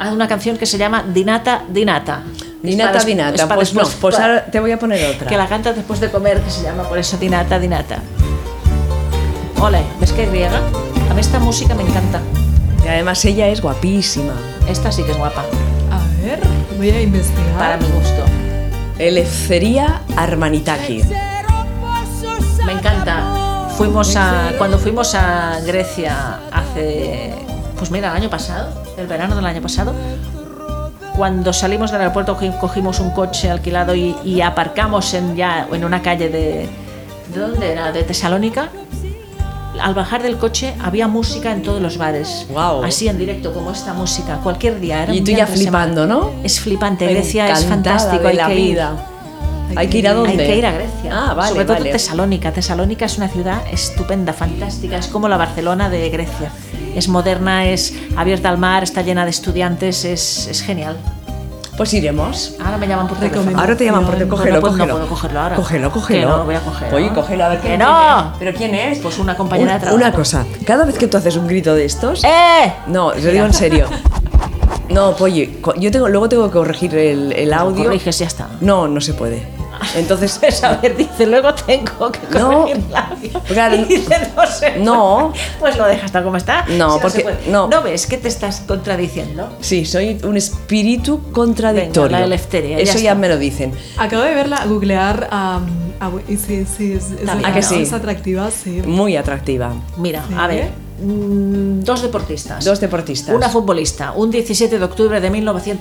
Hay una canción que se llama Dinata Dinata. Es
Dinata,
para des- es
Dinata.
para
Pues no,
después-
pues ahora te voy a poner
Que la
otra.
canta después de comer, que se llama por eso Dinata Dinata. Ole, ¿ves que es griega? A mí esta música me encanta.
Y además ella es guapísima.
Esta sí que es guapa.
A ver, voy a investigar.
Ah.
Para mi gusto.
Eleftheria Armanitaki.
Me encanta. Fuimos a cuando fuimos a Grecia hace pues mira, el año pasado, el verano del año pasado, cuando salimos del aeropuerto cogi- cogimos un coche alquilado y, y aparcamos en ya en una calle de ¿de dónde era? De Tesalónica al bajar del coche había música en todos los bares.
Guau.
Así en directo, como esta música, cualquier día. Era
Y
un
tú
día
ya
entre semana.
flipando, ¿no?
Es flipante,
Pero
Grecia es
encantada
fantástico,
de
hay
la
que
vida.
ir.
¿Hay que ir a dónde?
Hay que ir a Grecia.
Ah, vale,
Sobre todo
vale.
Tesalónica. Tesalónica es una ciudad estupenda, fantástica, es como la Barcelona de Grecia. Es moderna, es abierta al mar, está llena de estudiantes, es, es genial.
Pues iremos.
Ahora me llaman por teléfono.
Ahora te llaman por teléfono. Cógelo,
no, pues
cógelo.
No puedo cogerlo ahora.
Cógelo,
Que
cógelo.
no, lo voy a coger.
Oye, cógelo, a ver
Que
quién
no.
¿Pero quién es?
Pues una compañera de
Un-
trabajo.
Una cosa, cada vez que tú haces un grito de estos.
¡Eh!
No, te lo digo en serio. No, Polly, co- yo tengo, luego tengo que corregir el, el audio.
corriges, ya está.
No, no se puede. Entonces.
a ver, dice, luego tengo que
No,
corregir el labio.
claro.
Y dice, no sé.
No.
Pues lo dejas tal como está.
No,
Si
porque-
se puede.
no.
¿No ves que te estás contradiciendo?
Sí, soy un espíritu contradictorio.
Venga, la Eleftheria, ya
Eso ya,
está.
me lo dicen.
Acabo de verla googlear am, a- y sí, sí, es, es-
También, ¿a que sí? Mm.
es atractiva, sí.
Muy atractiva.
Mira, a ver. mm, Dos deportistas.
Dos deportistas.
Una futbolista. Un 17 de octubre de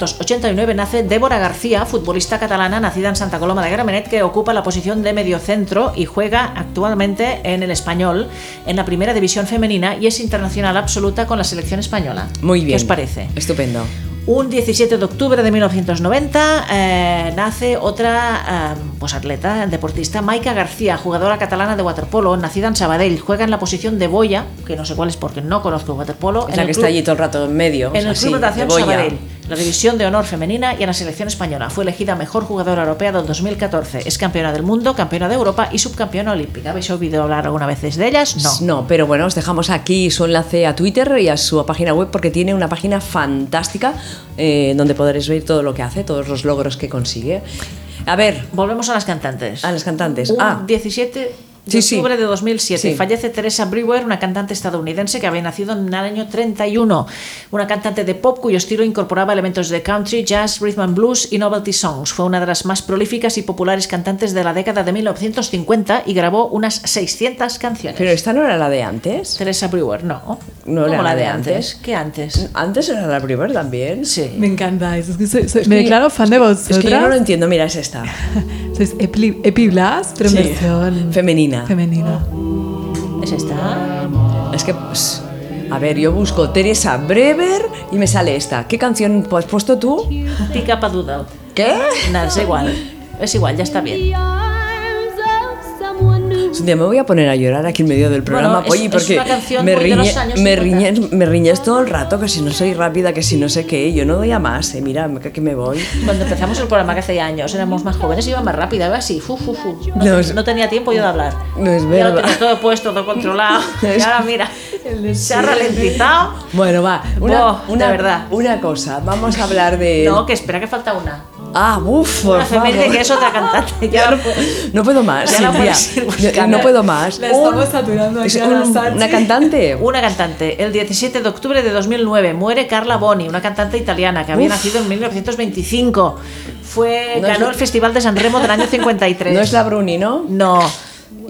1989 nace Débora García, futbolista catalana nacida en Santa Coloma de Gramenet, que ocupa la posición de mediocentro y juega actualmente en el español, en la primera división femenina y es internacional absoluta con la selección española.
Muy bien.
¿Qué os parece?
Estupendo.
Un 17 de octubre de 1990 eh, nace otra eh, pues atleta, deportista, Maika García, jugadora catalana de waterpolo, nacida en Sabadell. Juega en la posición de boya, que no sé cuál es porque no conozco waterpolo.
Es
en
la
el
que
club-
está allí todo el rato en medio. o
en
sea,
el Club
sí,
Natación
de boya.
Sabadell, la división de honor femenina y en la selección española. Fue elegida mejor jugadora europea del 2014. Es campeona del mundo, campeona de Europa y subcampeona olímpica. ¿Habéis oído hablar alguna vez de ellas? No.
No, pero bueno, os dejamos aquí su enlace a Twitter y a su página web porque tiene una página fantástica eh, donde podréis ver todo lo que hace, todos los logros que consigue. A ver,
Volvemos a las cantantes.
a las cantantes.
Un
Ah,
17 de
Sí, sí.
octubre de 2007
Sí.
fallece Teresa Brewer, una cantante estadounidense que había nacido en el año 31. Una cantante de pop cuyo estilo incorporaba elementos de country, jazz, rhythm and blues y novelty songs. Fue una de las más prolíficas y populares cantantes de la década de 1950 y grabó unas 600 canciones.
pero esta no era la de antes.
Teresa Brewer, no.
No
Como
era
la
la
de
de
antes.
antes.
¿Qué antes?
Antes era la primera también.
Sí.
Me encantáis. Es que soy- soy-
Es
me
que-
declaro fan de vosotras.
Es que yo no lo entiendo, mira, es esta.
Sois Epli- Epiblas, pero en
Sí.
versión
Femenina.
femenina.
¿Es esta?
Es que, pues, a ver, yo busco Teresa Brever y me sale esta. ¿Qué canción has puesto tú?
Pick up a doodle.
Mm. ¿Qué?
Nada, es igual. Es igual, ya está bien.
Un día me voy a poner a llorar aquí en medio del programa,
Bueno, es-
Polly,
es
porque
una canción
me,
muy de los
riñe-
años
me,
50.
riñes, me riñes todo el rato, que si no soy rápida, que si no sé qué, yo no doy a más, eh, mira, me- que me voy.
Cuando empezamos el programa que hace ya años, éramos más jóvenes y iba más rápida, iba así, fu, fu, fu. No,
No
te-
es-
no tenía tiempo yo de hablar.
No es
Ya lo
verdad.
tenía todo puesto, todo controlado. Y ahora mira, se ha ralentizado.
Bueno, va,
Boh,
una,
de
una,
verdad.
una cosa, vamos a hablar de...
No, que espera que falta una.
Ah, uff, por
Una femenina
favor.
que es otra cantante. Ya no puedo.
No puedo más,
Ya la
Silvia.
puedes ir
Yo-
buscando.
No puedo más.
La
Un-
estamos saturando aquí
es
a la
un-
Sachi.
una cantante.
Una cantante. El 17 de octubre de 2009 muere Carla Boni, una cantante italiana que había
Uf.
nacido en 1925. Fue,
No es
ganó
la-
el Festival de San Remo del año 53.
No es la Bruni, ¿no?
No.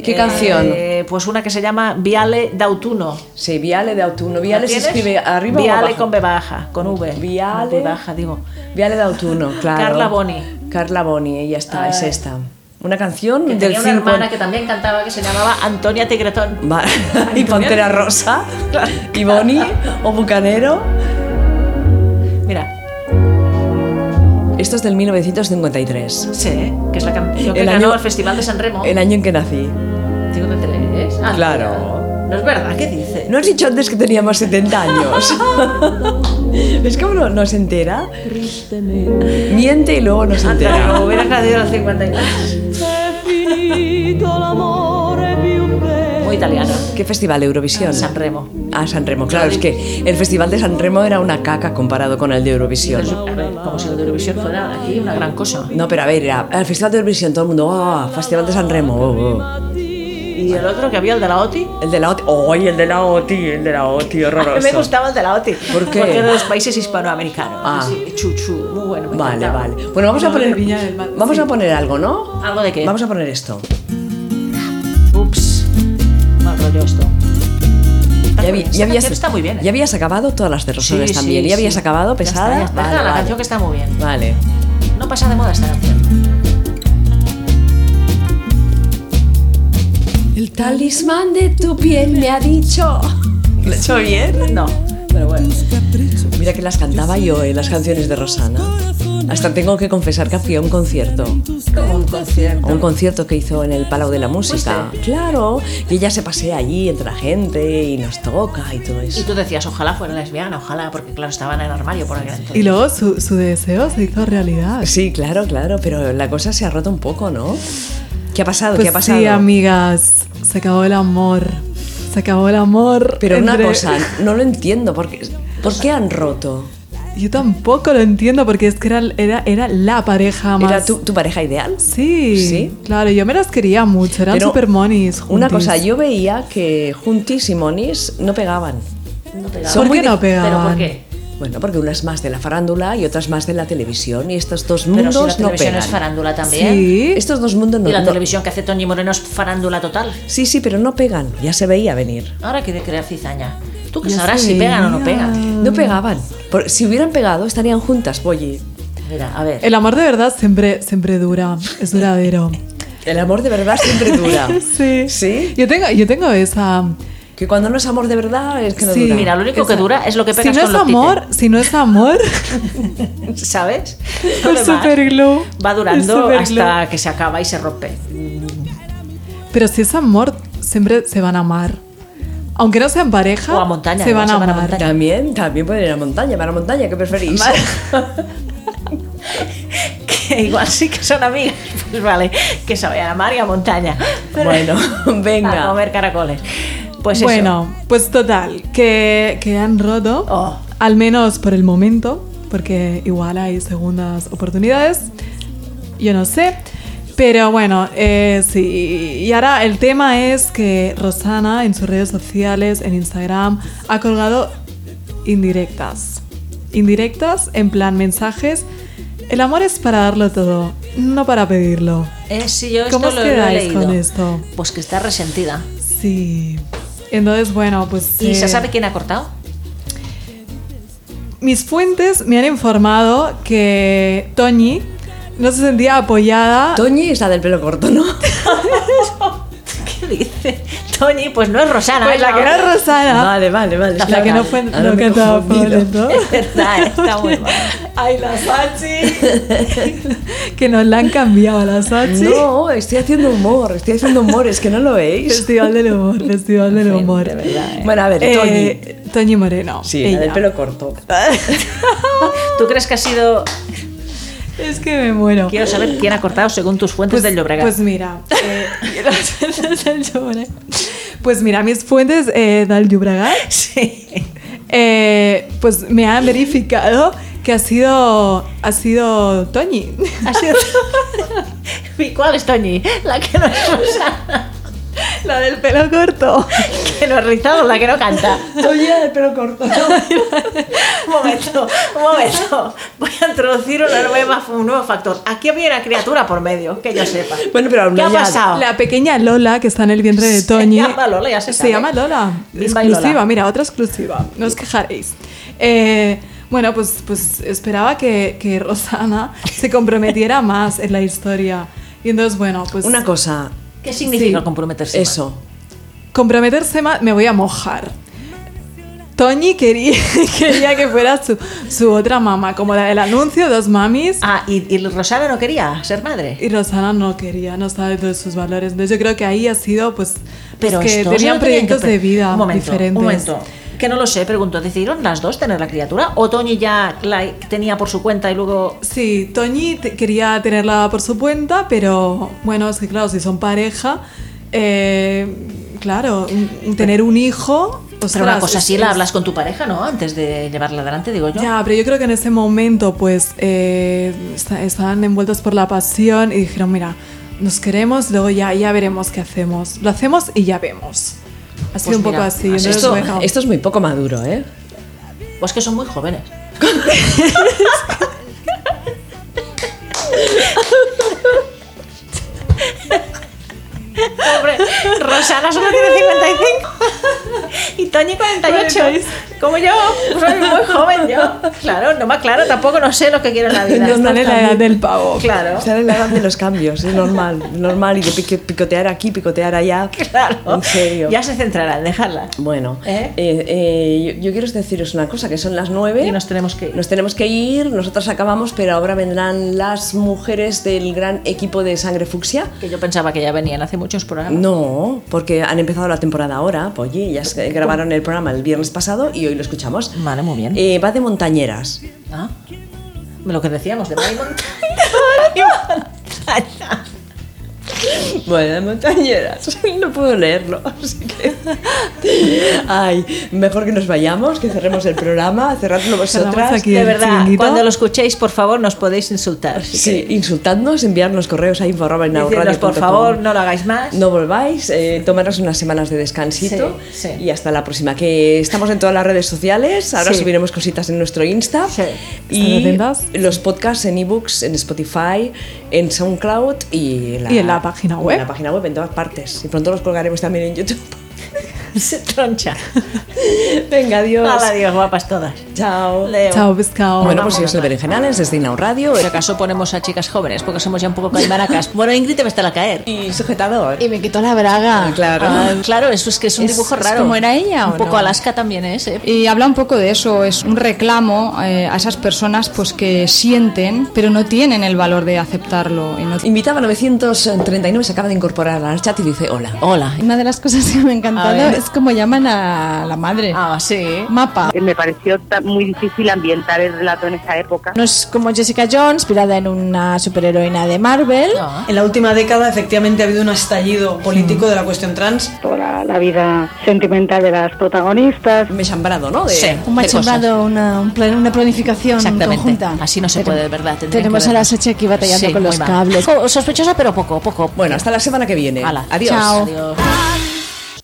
¿Qué canción?
Pues una que se llama Viale d'autuno.
Sí, Viale de Autuno. Viale se
¿Tienes?
escribe arriba o
Viale
abajo.
con B baja, con V.
Viale.
Con V baja, digo.
Viale de Autuno, claro.
Carla Boni.
Carla Boni, ella está, es
Ay.
esta. Una canción
Que
del
tenía una
cinco-
hermana que también cantaba que se llamaba Antonia Tigretón.
Va- y Pantera Rosa y Boni o Bucanero.
Mira,
Esto es del 1953,
sí, ¿eh? que es la canción que
El
ganó
año-
el Festival de San Remo.
el año en que nací.
Tengo que tener, ¿eh? Ah,
Claro.
mira. No es verdad, ¿qué dice?
¿No has dicho antes que teníamos 70 años? ¿Ves cómo no, no se entera? Miente y luego no se
Anda,
entera.
como hubieras nacido en el 53. Muy italiana.
¿Qué festival? ¿Eurovisión?
San Remo.
Ah, San Remo, claro, es que el festival de San Remo era una caca comparado con el de Eurovisión.
Entonces, a ver, como si la Eurovisión fuera aquí una gran cosa.
No, pero a ver, era el Festival de Eurovisión, todo el mundo, "Ah, Festival de San Remo, oh, oh".
Y el otro que había, el de la OTI.
El de la OTI, ¡ay, el de la OTI, el de la OTI,
A mí
horroroso!
me gustaba el de la OTI.
¿Por qué?
Porque era de los países hispanoamericanos.
Ah.
Así, chuchu, muy bueno. me
Vale,
encantaba.
vale. Bueno, vamos a
No, de
poner,
Viña del Mar,
vamos
sí.
a poner algo, ¿no?
¿Algo de qué?
Vamos a poner esto.
Ups. Mal rollo esto. Está
Ya, vi-
muy bien.
ya
Esta
habías,
canción está muy bien. ¿eh?
ya habías acabado todas las de Rosales
Sí, sí,
también.
sí.
Ya habías acabado
Ya está,
pesada.
ya está.
Vale,
Esta es la
vale.
canción que está muy bien.
Vale.
No pasa de moda esta canción.
El talismán de tu piel me ha dicho. ¿Lo he hecho bien? No, pero bueno. Mira que las cantaba yo, eh, las canciones de Rosana. Hasta tengo que confesar que fui a un concierto.
Como un concierto.
A un concierto que hizo en el Palau de la Música. Claro. Y ella se pasea allí entre la gente y nos toca y todo eso.
Y tú decías, ojalá fuera lesbiana, ojalá, porque claro, estaba en el armario por aquel entonces.
Y luego su, su deseo se hizo realidad.
Sí, claro, claro, pero la cosa se ha roto un poco, ¿no? ¿Qué ha pasado?
Pues
¿Qué ha pasado?
Sí, amigas, se acabó el amor. Se acabó el amor.
Pero una
entre-
cosa, no lo entiendo. ¿Por qué, por qué han roto?
Yo tampoco lo entiendo porque es que era, era, era la pareja más.
¿Era tu, tu pareja ideal?
Sí,
Sí.
Claro, yo me las quería mucho, eran
Pero
super monis.
Una
juntis.
cosa, yo veía que Juntis y Monis no pegaban. No
pegaban.
¿Por qué no pegaban? ¿Pero por qué?
Bueno, porque una es más de la farándula y otra es más de la televisión y estos dos
Pero si la
mundos no
televisión
pegan.
es farándula también.
Sí. Estos dos mundos no
Y la
no-
televisión que hace Tony Moreno es farándula total.
Sí, sí, pero no pegan. Ya se veía venir.
Ahora quiere crear cizaña. Tú que
Ya
sabrás
se
si pegan o no
veía.
pegan.
Mm.
No pegaban. Por- si hubieran pegado estarían juntas, Boyi.
Mira, a ver.
El amor de verdad siempre, siempre dura, es duradero.
El amor de verdad siempre dura.
sí.
¿Sí?
Yo tengo, yo tengo esa.
Que cuando no es amor de verdad es que no
Sí.
dura.
Mira,
lo único que dura es lo que
Si
pegas
no
con
es
los
amor, si no es amor,
títeres, ¿sabes? Lo
el
demás
super glue.
va
el
durando
super
hasta que se acaba y se rompe.
Pero si es amor, siempre se van a amar. Aunque no sean pareja,
O a montaña,
se van
igual
a
se van a
amar.
También, también pueden ir a montaña, van a montaña, ¿qué preferís?
Que igual sí que son amigas. Pues vale, que se vayan a mar y a montaña. Pero-
Bueno, venga.
A comer caracoles. Pues eso.
bueno, pues total, que, que han roto,
Oh.
al menos por el momento, porque igual hay segundas oportunidades, yo no sé. Pero bueno, eh, sí. Y ahora el tema es que Rosana en sus redes sociales, en Instagram, ha colgado indirectas. Indirectas, en plan mensajes. El amor es para darlo todo, no para pedirlo.
Eh, sí, yo esto
¿Cómo os
lo, lo he
quedáis
leído.
con esto?
Pues que está resentida.
Sí. Entonces, bueno, pues...
¿Y se
eh,
sabe quién ha cortado?
Mis fuentes me han informado que Toñi no se sentía apoyada.
Toñi es la del pelo corto, ¿no?
¿Qué dice? Tony, pues no es Rosana.
Pues la que no es Rosana.
Vale, vale, vale.
La que no fue
Ah. Ahora me
no
he
cantaba
confundido.
Pablito.
Es verdad, está muy mal.
¡Ay, la Que nos la han cambiado a la Sachi.
No, estoy haciendo humor, estoy haciendo humor, es que no lo veis.
Festival del humor, festival del humor.
eh. Bueno, a ver, Toñi.
Eh, Toñi Moreno.
Sí,
ella. Ah,
la del pelo corto.
¿Tú crees que ha sido.?
Es que me muero.
Quiero saber quién ha cortado según tus fuentes del Llobregat.
Pues mira, eh, las fuentes del Llobregat. pues mira, mis fuentes eh, del Llobregat, eh, pues me han verificado que ha sido, ha sido Toñi.
Ha sido- ¿Y cuál es Toñi? La que no es Rosana.
La del pelo corto.
Que no es rizado, la que no canta.
Toñi la del pelo corto.
Un momento, un momento. Voy a introducir una nueva, un nuevo factor. Aquí había una criatura por medio, que yo sepa.
Bueno, pero aún
¿Qué ha
ya-
pasado?
La pequeña Lola que está en el vientre de Toñi.
llama Lola, ya se sabe.
llama Lola.
Bimba y
exclusiva,
Lola.
mira, otra exclusiva. No os quejaréis. Eh, bueno, pues, pues esperaba que, que Rosana se comprometiera más en la historia. Y entonces, bueno, pues.
Una cosa,
¿Qué significa
Sí.
comprometerse? más?
eso.
comprometerse más, me voy a mojar. Toñi quería, quería que fuera su, su otra mamá, como la del anuncio, dos mamis.
Ah, y, y Rosana no quería ser madre.
Y Rosana no quería, no sabe todos sus valores. Entonces yo creo que ahí ha sido, pues, pues
Pero
que
esto se
tenían
lo tenían que
proyectos
pre-
de vida
un momento,
diferentes.
Un momento. Que no lo sé, pregunto. ¿Decidieron las dos tener la criatura? ¿O Toñi ya la tenía por su cuenta y luego.?
Sí, Toñi te- quería tenerla por su cuenta, pero bueno, es que claro, si son pareja, eh, claro, un- tener un hijo...
Pero una
ostras,
cosa
es-
así la
es-
hablas con tu pareja, ¿no? Antes de llevarla adelante, digo yo.
Ya, pero yo creo que en ese momento, pues, eh, esta- estaban envueltos por la pasión y dijeron, mira, nos queremos, luego ya, ya veremos qué hacemos. Lo hacemos y ya vemos. Ha sido
Pues
un poco
mira,
así.
así
entonces,
Esto,
bueno,
esto es muy poco maduro, ¿eh?
Pues que son muy jóvenes. Pobre, Rosana solo tiene 55 y Toñi 48. Como yo, soy muy joven yo. Claro, no me aclaro, tampoco no sé lo que quiero en la vida.
No, no,
Están en la
también.
edad del pavo. Claro.
Están en la edad de los cambios, es normal, normal, y de pique- picotear aquí, picotear allá.
Claro.
En serio.
Ya se centrarán, dejarla.
Bueno,
¿Eh?
eh, eh, yo, yo quiero deciros una cosa, que son las nueve. Y nos
tenemos que ir.
Nos tenemos que ir, nosotros acabamos, pero ahora vendrán las mujeres del gran equipo de Sangre Fucsia.
Que yo pensaba que ya venían hace muchos programas.
No, porque han empezado la temporada ahora, pues oye, ya se- grabaron el programa el viernes pasado y hoy lo escuchamos.
Vale, muy bien.
Eh, va de montañeras.
Ah, lo que decíamos, de Mari Montaña.
Bueno, de montañeras. No puedo leerlo, así que... Ay, mejor que nos vayamos, que cerremos el programa, cerradlo vosotras.
de verdad, cuando lo escuchéis, por favor, nos podéis insultar. si
Sí,
queréis.
insultadnos, enviarnos correos a
Diciéndonos,
info.inauradio.com.
por favor, no lo hagáis más.
No volváis, eh, tomaros unas semanas de descansito
Sí, sí.
y hasta la próxima. Que estamos en todas las redes sociales, ahora
Sí.
subiremos cositas en nuestro Insta
Estad
y
atentas.
los podcasts en ebooks, en Spotify, en SoundCloud y en la,
Y en la página web.
En la página web, en todas partes. Y pronto los colgaremos también en YouTube.
Se troncha.
Venga, adiós.
Hala, adiós, guapas todas.
Chao.
Leo.
Chao, pescado.
Bueno, pues yo soy Berenjenales desde Inau Radio.
Por si acaso ponemos a chicas jóvenes, porque somos ya un poco calmaracas. Bueno, Ingrid te va a estar a caer.
Y sujetador.
Y me quitó la braga.
claro.
Ah, claro, eso es que es un
Es-
dibujo
es
raro.
como era ella, ¿o
Un poco
no?
Alaska también es, ¿eh?
Y habla un poco de eso, es un reclamo eh, a esas personas pues que sienten, pero no tienen el valor de aceptarlo. y no-
Invitaba 939, se acaba de incorporar al chat y dice hola.
Hola.
Una de las cosas que me ha encantado
A ver.
es como llaman a la madre.
Ah, sí.
Mapa.
Me pareció ta- muy difícil ambientar el relato en esa época.
No es como Jessica Jones, inspirada en una superheroína de Marvel.
Ah.
En la última década, efectivamente, ha habido un estallido
Mm.
político de la cuestión trans.
Toda la vida sentimental de las protagonistas.
Me chambrado, ¿no? De-
sí.
Un machembrado,
una, planificación
Exactamente. Así no se puede, de verdad. tendrían
tenemos
que
a la
vernos.
Sachi aquí batallando
Sí,
con
muy
los
mal.
cables.
Jo, Sospechosa, pero poco, poco.
Bueno, hasta la semana que viene.
Hala.
Adiós.
Chao.
Adiós.